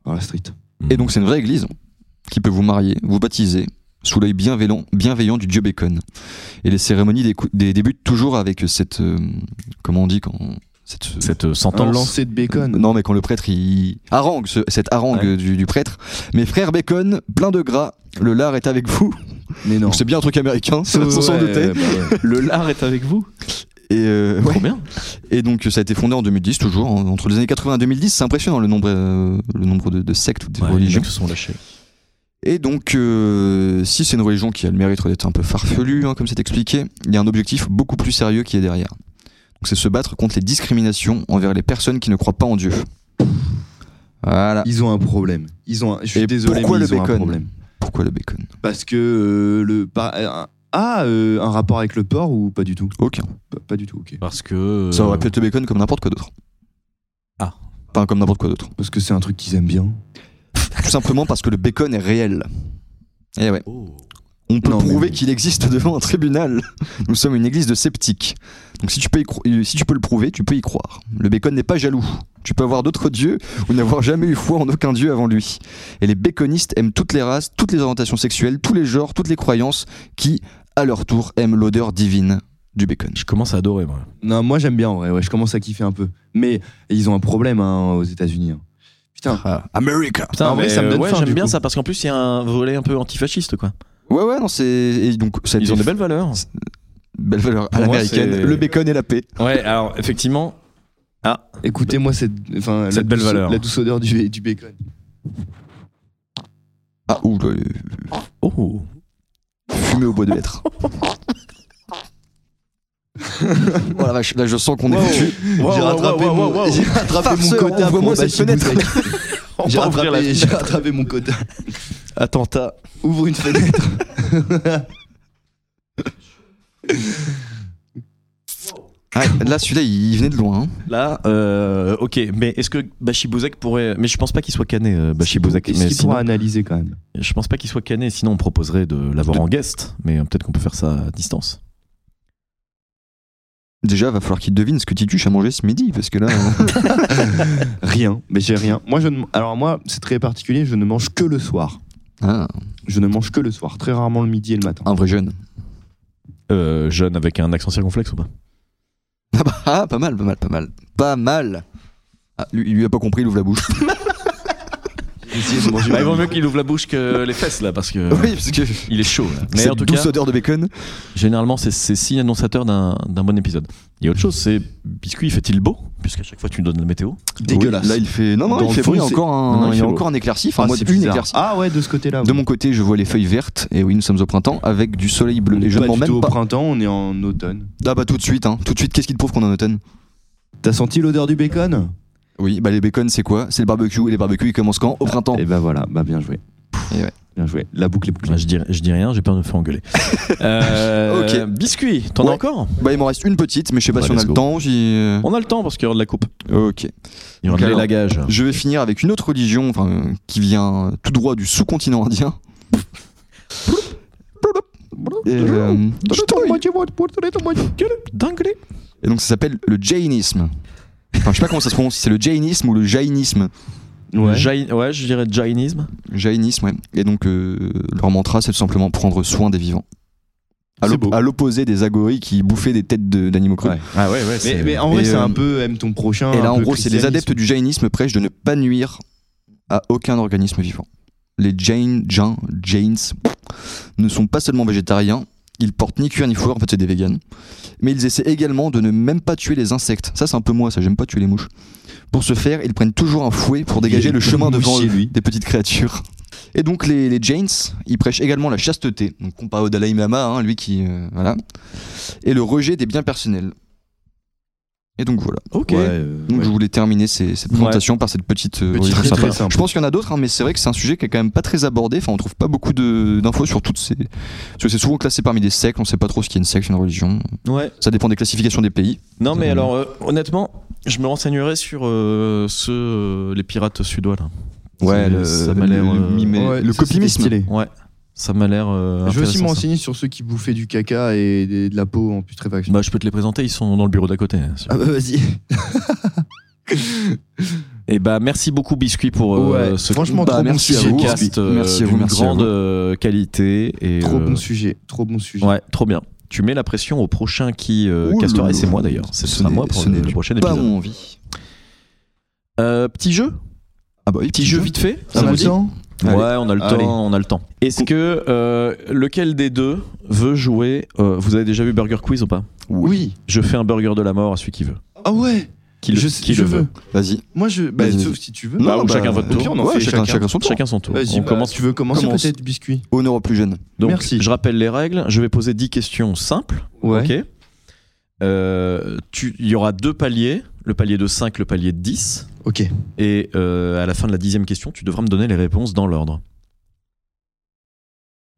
Par Oh, la street.
Hmm.
Et donc c'est une vraie église qui peut vous marier, vous baptiser, sous l'œil bienveillant, bienveillant du dieu Bacon. Et les cérémonies décou- dé- débutent toujours avec cette... euh, comment on dit quand... Cette,
Cette euh,
Un
sentence.
lancer de Bacon.
Non mais quand le prêtre il... Harangue, ce- cette harangue
Ouais.
du, du prêtre. Mes frères Bacon, plein de gras, le lard est avec vous.
Mais non.
Donc c'est bien un truc américain, ça, on s'en
Ouais,
doutait.
ouais, bah ouais.
Le lard est avec vous.
Et, euh, ouais.
Trop bien.
Et donc ça a été fondé en 2010 toujours, hein, entre les années 80 et 2010. C'est impressionnant le nombre, euh, le nombre de, de sectes ou de
Ouais, les
religions.
mecs se sont lâchés.
Et donc, euh, si c'est une religion qui a le mérite d'être un peu farfelue, hein, comme c'est expliqué, il y a un objectif beaucoup plus sérieux qui est derrière. Donc, c'est se battre contre les discriminations envers les personnes qui ne croient pas en Dieu. Voilà.
Ils ont un problème. Ils ont. un- Je suis
Et
désolé,
pourquoi
mais
le
ils ont un
Bacon
problème.
Pourquoi le bacon
Parce que euh, le. par- euh, Ah, euh, un rapport avec le porc ou pas du tout
Aucun.
Pas- Pas du tout, ok.
Parce que.
Ça aurait
euh,
pu être le bacon comme n'importe quoi d'autre.
Ah.
Enfin, comme n'importe quoi d'autre.
Parce que c'est un truc qu'ils aiment bien.
Tout simplement parce que le bacon est réel. Et ouais.
oh.
On peut
Non, mais
prouver
non.
qu'il existe devant un tribunal. Nous sommes une église de sceptiques. Donc si tu peux, y cro- euh, si tu peux le prouver, tu peux y croire. Le bacon n'est pas jaloux. Tu peux avoir d'autres dieux ou n'avoir jamais eu foi en aucun dieu avant lui. Et les baconistes aiment toutes les races, toutes les orientations sexuelles, tous les genres, toutes les croyances qui, à leur tour, aiment l'odeur divine du bacon.
Je commence à adorer, moi.
Non, moi j'aime bien en vrai, ouais, je commence à kiffer un peu. Mais ils ont un problème hein, aux États-Unis. hein. Putain,
Ah, America
Putain,
En vrai,
mais,
ça me donne
euh, ouais,
faim,
j'aime
du
bien
coup.
ça parce qu'en plus, il y a un volet un peu antifasciste, quoi.
Ouais, ouais, non, c'est. et donc, ça a
Ils
été
ont des
fait-
belles valeurs.
belles valeurs à
Pour moi,
l'américaine.
c'est-
Le bacon et la paix.
Ouais, alors, effectivement.
écoutez-moi cette, enfin,
Cette
la
belle
douce-
valeur.
La douce odeur du, du bacon.
Ah, ouh, là, euh,
Oh.
fumée au bois de lettres. oh la vache, là je sens qu'on est
Wow.
foutu.
j'ai rattrapé mon, j'ai rattrapé mon
Farceur,
quota pour
ouvre-moi cette
Bashi Boutek. J'ai rattrapé, j'ai rattrapé mon quota.
Attentat.
Ouvre une fenêtre.
Ah, là, celui-là, il venait de loin. hein.
Là, euh, ok, mais est-ce que Bashi Bozek pourrait. Mais je pense pas qu'il soit cané, euh,
Bah,
Bashi Bozek.
Est-ce
Mais
qu'il
sinon-
pourra analyser quand même
Je pense pas qu'il soit cané, sinon on proposerait de l'avoir en guest, mais euh, peut-être qu'on peut faire ça à distance.
Déjà, va falloir qu'il devine ce que Tituche a mangé ce midi, parce que là, hein,
Rien, mais j'ai rien. Moi, je ne- Alors moi, c'est très particulier, je ne mange que le soir.
ah,
Je ne mange que le soir, très rarement le midi et le matin.
un vrai jeune.
Euh, jeune avec un accent circonflexe ou pas
Ah, bah, ah, pas mal, pas mal, pas mal, pas mal. Ah, lui, il lui a pas compris, il ouvre la bouche.
J'ai essayé de manger
Bah, Il
ma-
vaut mieux qu'il ouvre la bouche que les fesses là, parce que
oui, parce que
il est chaud. Là. Mais
cette
en tout
douce
cas,
odeur de bacon.
généralement c'est c'est signe annonciateur d'un d'un bon épisode. Il y a autre chose, c'est biscuit, fait-il beau Puisqu'à chaque fois tu nous donnes la météo.
dégueulasse.
Oui, là, il fait. Non, non,
Dans
il
le
fait
fond,
beau, il y a
c'est-
encore un,
Non, non, il
il y a
fait beau.
encore un éclairci. Enfin,
Ah,
moi,
c'est
une
bizarre.
éclaircie.
Ah ouais, de ce côté-là.
De
ouais.
mon côté, je vois les feuilles vertes, et oui, nous sommes au printemps, avec du soleil bleu.
On
Et
est
je ne
pas
mens
du
même
tout
pas.
Bah, au printemps, on est en automne.
Ah, bah, tout de suite, hein. Tout de suite, qu'est-ce qui te prouve qu'on est en automne
T'as senti l'odeur du bacon
Oui, bah, les bacons, c'est quoi C'est le barbecue, et les barbecues, ils commencent
Ah,
quand Au printemps.
Et bah voilà, bah bien joué.
Et ouais.
Bien joué. La boucle est bouclée.
Enfin, je, dis, je dis rien, j'ai peur de me faire engueuler. Euh,
Ok.
Biscuit, t'en as
Ouais.
encore
Bah, il m'en reste une petite, mais je sais pas
Bah,
si on
let's
a
go.
le temps. j'ai-
On a le temps parce qu'il y aura de la coupe.
Ok.
Il y aura
Donc
de
alors-
l'élagage.
Je vais finir avec une autre religion enfin, euh, qui vient euh, tout droit du sous-continent indien. Et, euh,
Dingue.
et donc ça s'appelle le jainisme. Enfin, je sais pas comment ça se prononce, si c'est le jainisme ou le jainisme.
Ouais.
Jaï- ouais, je dirais jainisme.
Jainisme, ouais. Et donc, euh, leur mantra, c'est tout simplement prendre soin des vivants. À
C'est
l'op-
beau.
à l'opposé des agoris qui bouffaient des têtes de- d'animaux crus.
Ouais.
Ah ouais, ouais.
Mais, mais en vrai,
et,
c'est
euh,
un peu aime ton prochain.
Et
un
là, en
peu
gros, c'est les
christianisme.
adeptes du jainisme prêchent de ne pas nuire à aucun organisme vivant. Les Jain, Jain, Jains ne sont pas seulement végétariens, ils portent ni cuir ni fourrure, en fait, c'est des véganes. Mais ils essaient également de ne même pas tuer les insectes. Ça, c'est un peu moi, ça, j'aime pas tuer les mouches. Pour ce faire, ils prennent toujours un fouet pour dégager
est
le chemin
mouche
devant
chez
eux
lui.
des petites créatures. Et donc, les, les Jains, ils prêchent également la chasteté, donc comparé au Dalai Lama, hein, lui qui. euh, voilà. Et le rejet des biens personnels. Et donc, voilà.
Ok.
Ouais, euh,
Donc
ouais.
je voulais terminer ces- cette présentation par cette petite. euh,
Petit
relecture.
très,
sympa.
très simple.
Je pense qu'il y en a d'autres, hein, mais c'est vrai que c'est un sujet qui est quand même pas très abordé. Enfin, on trouve pas beaucoup de- d'infos sur toutes ces. Parce que c'est souvent classé parmi des sectes. On sait pas trop ce qu'est une secte, une religion.
Ouais.
Ça dépend des classifications des pays.
Non, mais
Euh,
alors, euh, honnêtement, je me renseignerai sur euh, ceux, euh, les pirates suédois, là.
Ouais,
C'est-
le-
ça m'a l'air.
le- le
euh,
mimé-
Ouais,
le
ça, c'était
copimisme.
stylé.
Ouais, ça m'a l'air. euh,
Je veux aussi
intéressant,
me
ça.
renseigner sur ceux qui bouffaient du caca et des- de la peau en putréfaction.
Bah, je peux te les présenter, ils sont dans le bureau d'à côté. hein, si-
Ah bah vas-y.
Et bah, merci beaucoup, Biscuit, pour euh,
Ouais,
ce
franchement,
Bah,
trop bon
merci à
sujet.
vous.
Biscuit.
podcast euh,
Merci à vous,
d'une
merci à
grande
vous.
euh, qualité. Et,
Trop
euh,
bon sujet. Trop bon sujet.
Ouais, trop bien. Tu mets la pression au prochain qui euh,
Ouh là
castera,
là.
et c'est moi d'ailleurs. C'est
Ce
ce sera
n'est-
moi pour
ce
le,
n'est
le prochain
Pas
épisode.
mon envie.
Euh, petit jeu
Ah bah oui,
Petit jeu vite fait
Ça
ça vous
me
dit
tient
Ouais,
Allez.
on a le
Allez.
temps, on a le temps. Est-ce que euh, lequel des deux veut jouer euh, Vous avez déjà vu Burger Quiz ou pas
Oui.
Je fais un burger de la mort à celui qui veut.
Ah ouais.
Qui le,
je,
qui
je
le
veux.
veut
Vas-y.
Moi je. Bah,
Vas-y,
sauf
vas-y.
si tu veux.
Non, bah, ou chacun votre
au
tour.
pire, on en
Ouais,
fait
chacun, chacun son tour.
Chacun son tour.
Vas-y,
On
bah,
commence.
Tu veux commencer
Commence.
peut-être biscuit.
Honneur aux plus jeunes.
Donc,
Merci.
je rappelle les règles. Je vais poser 10 questions simples.
Ouais.
Ok. Euh, tu- Il y aura deux paliers, le palier de 5, le palier de 10.
Ok.
Et euh, à la fin de la dixième question, tu devras me donner les réponses dans l'ordre.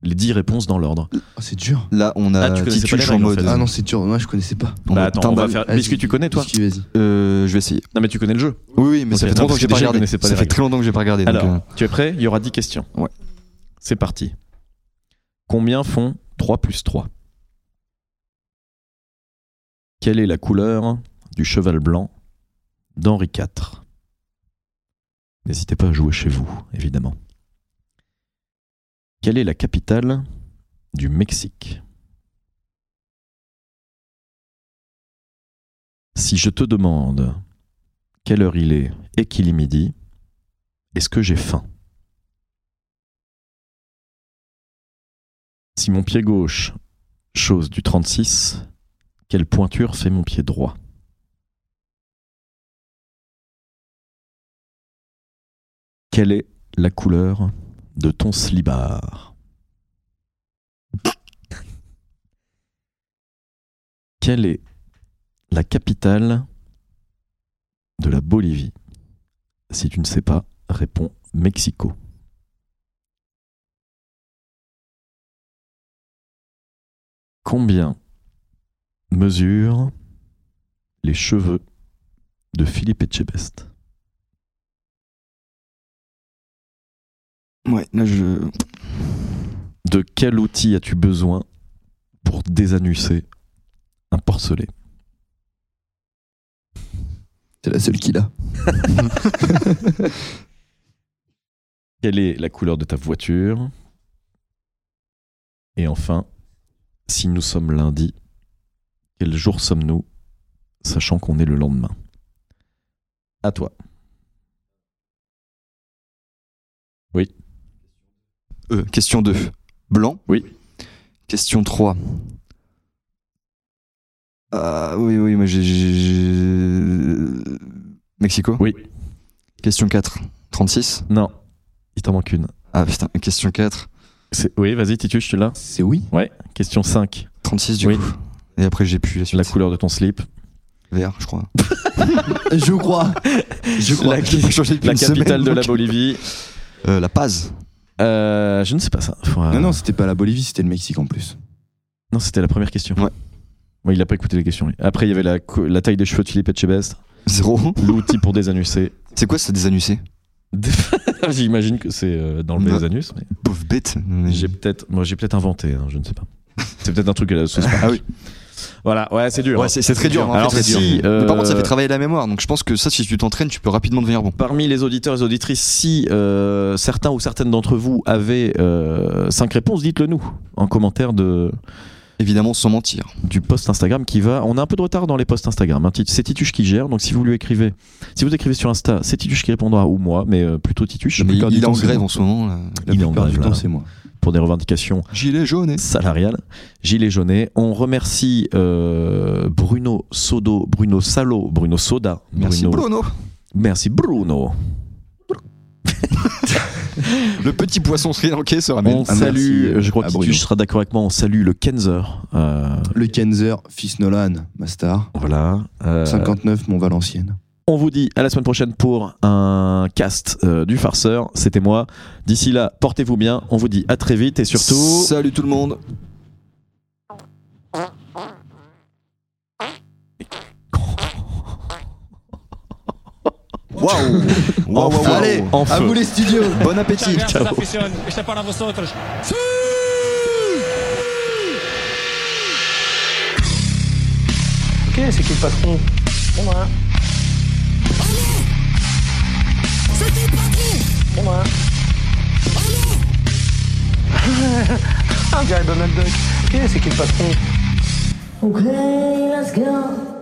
Les 10 réponses dans l'ordre.
Oh, c'est dur.
Là, on a
Ah, tu connaissais pas les
Tituche en
règles, en
mode.
fait.
Ah non, c'est dur. Moi, je connaissais pas.
on
Bah
va
attends, on va
t'imballer.
faire.
Vas-y.
Biscuit, tu connais toi
Biscuit, vas-y.
Euh, je vais essayer.
Non, mais tu connais le jeu.
Oui, oui, mais
Ok,
ça fait
attends,
trop longtemps
parce
que
que
j'ai pas
déjà, je
regardé.
connaissais pas
Ça
les
fait
règles.
très longtemps que j'ai pas regardé. donc,
Alors,
euh,
tu es prêt Il y aura 10 questions.
Ouais.
C'est parti. Combien font 3 plus 3 Quelle est la couleur du cheval blanc d'Henri IV N'hésitez pas à jouer chez vous, évidemment. Quelle est la capitale du Mexique Si je te demande quelle heure il est et qu'il est midi, est-ce que j'ai faim Si mon pied gauche chose du 36, quelle pointure fait mon pied droit Quelle est la couleur de ton slibard Quelle est la capitale de la Bolivie Si tu ne sais pas, réponds Mexico. Combien mesurent les cheveux de Philippe Etchebest
Ouais, là, je.
De quel outil as-tu besoin pour désanusser un porcelet
C'est la seule qu'il a.
Quelle est la couleur de ta voiture Et enfin, si nous sommes lundi, quel jour sommes-nous, sachant qu'on est le lendemain À toi.
Euh, question 2. Blanc.
Oui.
Question 3. Ah oui, oui, moi j'ai- j'ai. j'ai- Mexico
Oui.
Question 4. 36.
Non, il t'en manque une.
Ah putain, question 4.
C'est- Oui, vas-y, Titus, tu l'as
C'est oui.
Ouais. Question 5.
36 du
Oui.
coup. Et après j'ai plus la suite.
La couleur de ton slip.
Vert, je crois.
Je crois. Je crois.
La,
J'ai pas changé depuis
la
une semaine,
capitale de la
donc.
Bolivie.
Euh, la Paz.
Euh, je ne sais pas ça. Faut, euh,
Non, non, c'était pas la Bolivie, c'était le Mexique en plus.
non, c'était la première question.
Ouais.
Ouais, il n'a pas écouté les questions. lui. Après, il y avait la, cou- la taille des cheveux de Philippe Etchebest,
0.
l'outil pour désanusser.
C'est quoi ça des anusés
J'imagine que c'est euh, d'enlever
Non.
les anus. mais
Pauvre bête. Mais-
J'ai peut-être, moi, j'ai peut-être inventé. hein, je ne sais pas. C'est peut-être un truc à la sauce.
Ah oui.
Voilà, ouais, c'est dur.
Ouais, c'est c'est très dur. hein,
Alors,
c'est très dur.
si, euh,
Mais par contre, ça fait travailler la mémoire. Donc je pense que ça, si tu t'entraînes, tu peux rapidement devenir bon.
Parmi les auditeurs et les auditrices, si euh, certains ou certaines d'entre vous avaient euh, cinq réponses, dites-le nous en commentaire de,
Évidemment, sans mentir.
du post Instagram qui va. On a un peu de retard dans les posts Instagram. hein. Tit- C'est Tituche qui gère, donc si vous lui écrivez, si vous écrivez sur Insta, c'est Tituche qui répondra ou moi, mais euh, plutôt Tituche.
Mais
plupart
il
du
est en
temps, c'est
grève
bon.
en ce moment. là.
La
Il est en
plupart du
grève,
temps,
là.
c'est moi.
pour des revendications
Gilet jaune. hein.
salariales. Gilet jaune. On remercie euh, Bruno Sodo, Bruno Salo, Bruno Soda.
Merci
Bruno-
Bruno.
Merci Bruno.
Le petit poisson sri lankais se ramène.
On
Ah, merci,
salue,
euh,
je crois
à
que
Bruno.
Tituche sera d'accord avec moi, on salue le Kenzer. euh,
Le Kenzer, fils Nolan, ma star.
voilà. euh,
59, mon Valenciennes.
On vous dit à la semaine prochaine pour un cast euh, du farceur. C'était moi. D'ici là, portez-vous bien. On vous dit à très vite et surtout.
Salut tout le monde. Waouh! Waouh, waouh, waouh.
Allez,
en
à
feu.
vous les studios.
Bon
Muchas
appétit!
gracias,
chao.
afición. Este es para vosotros.
Ok, c'est qui le patron
C'est moi. C'est moi.
Ah, on dirait Donald Duck. Ok, c'est qui le patron
Okay, let's go.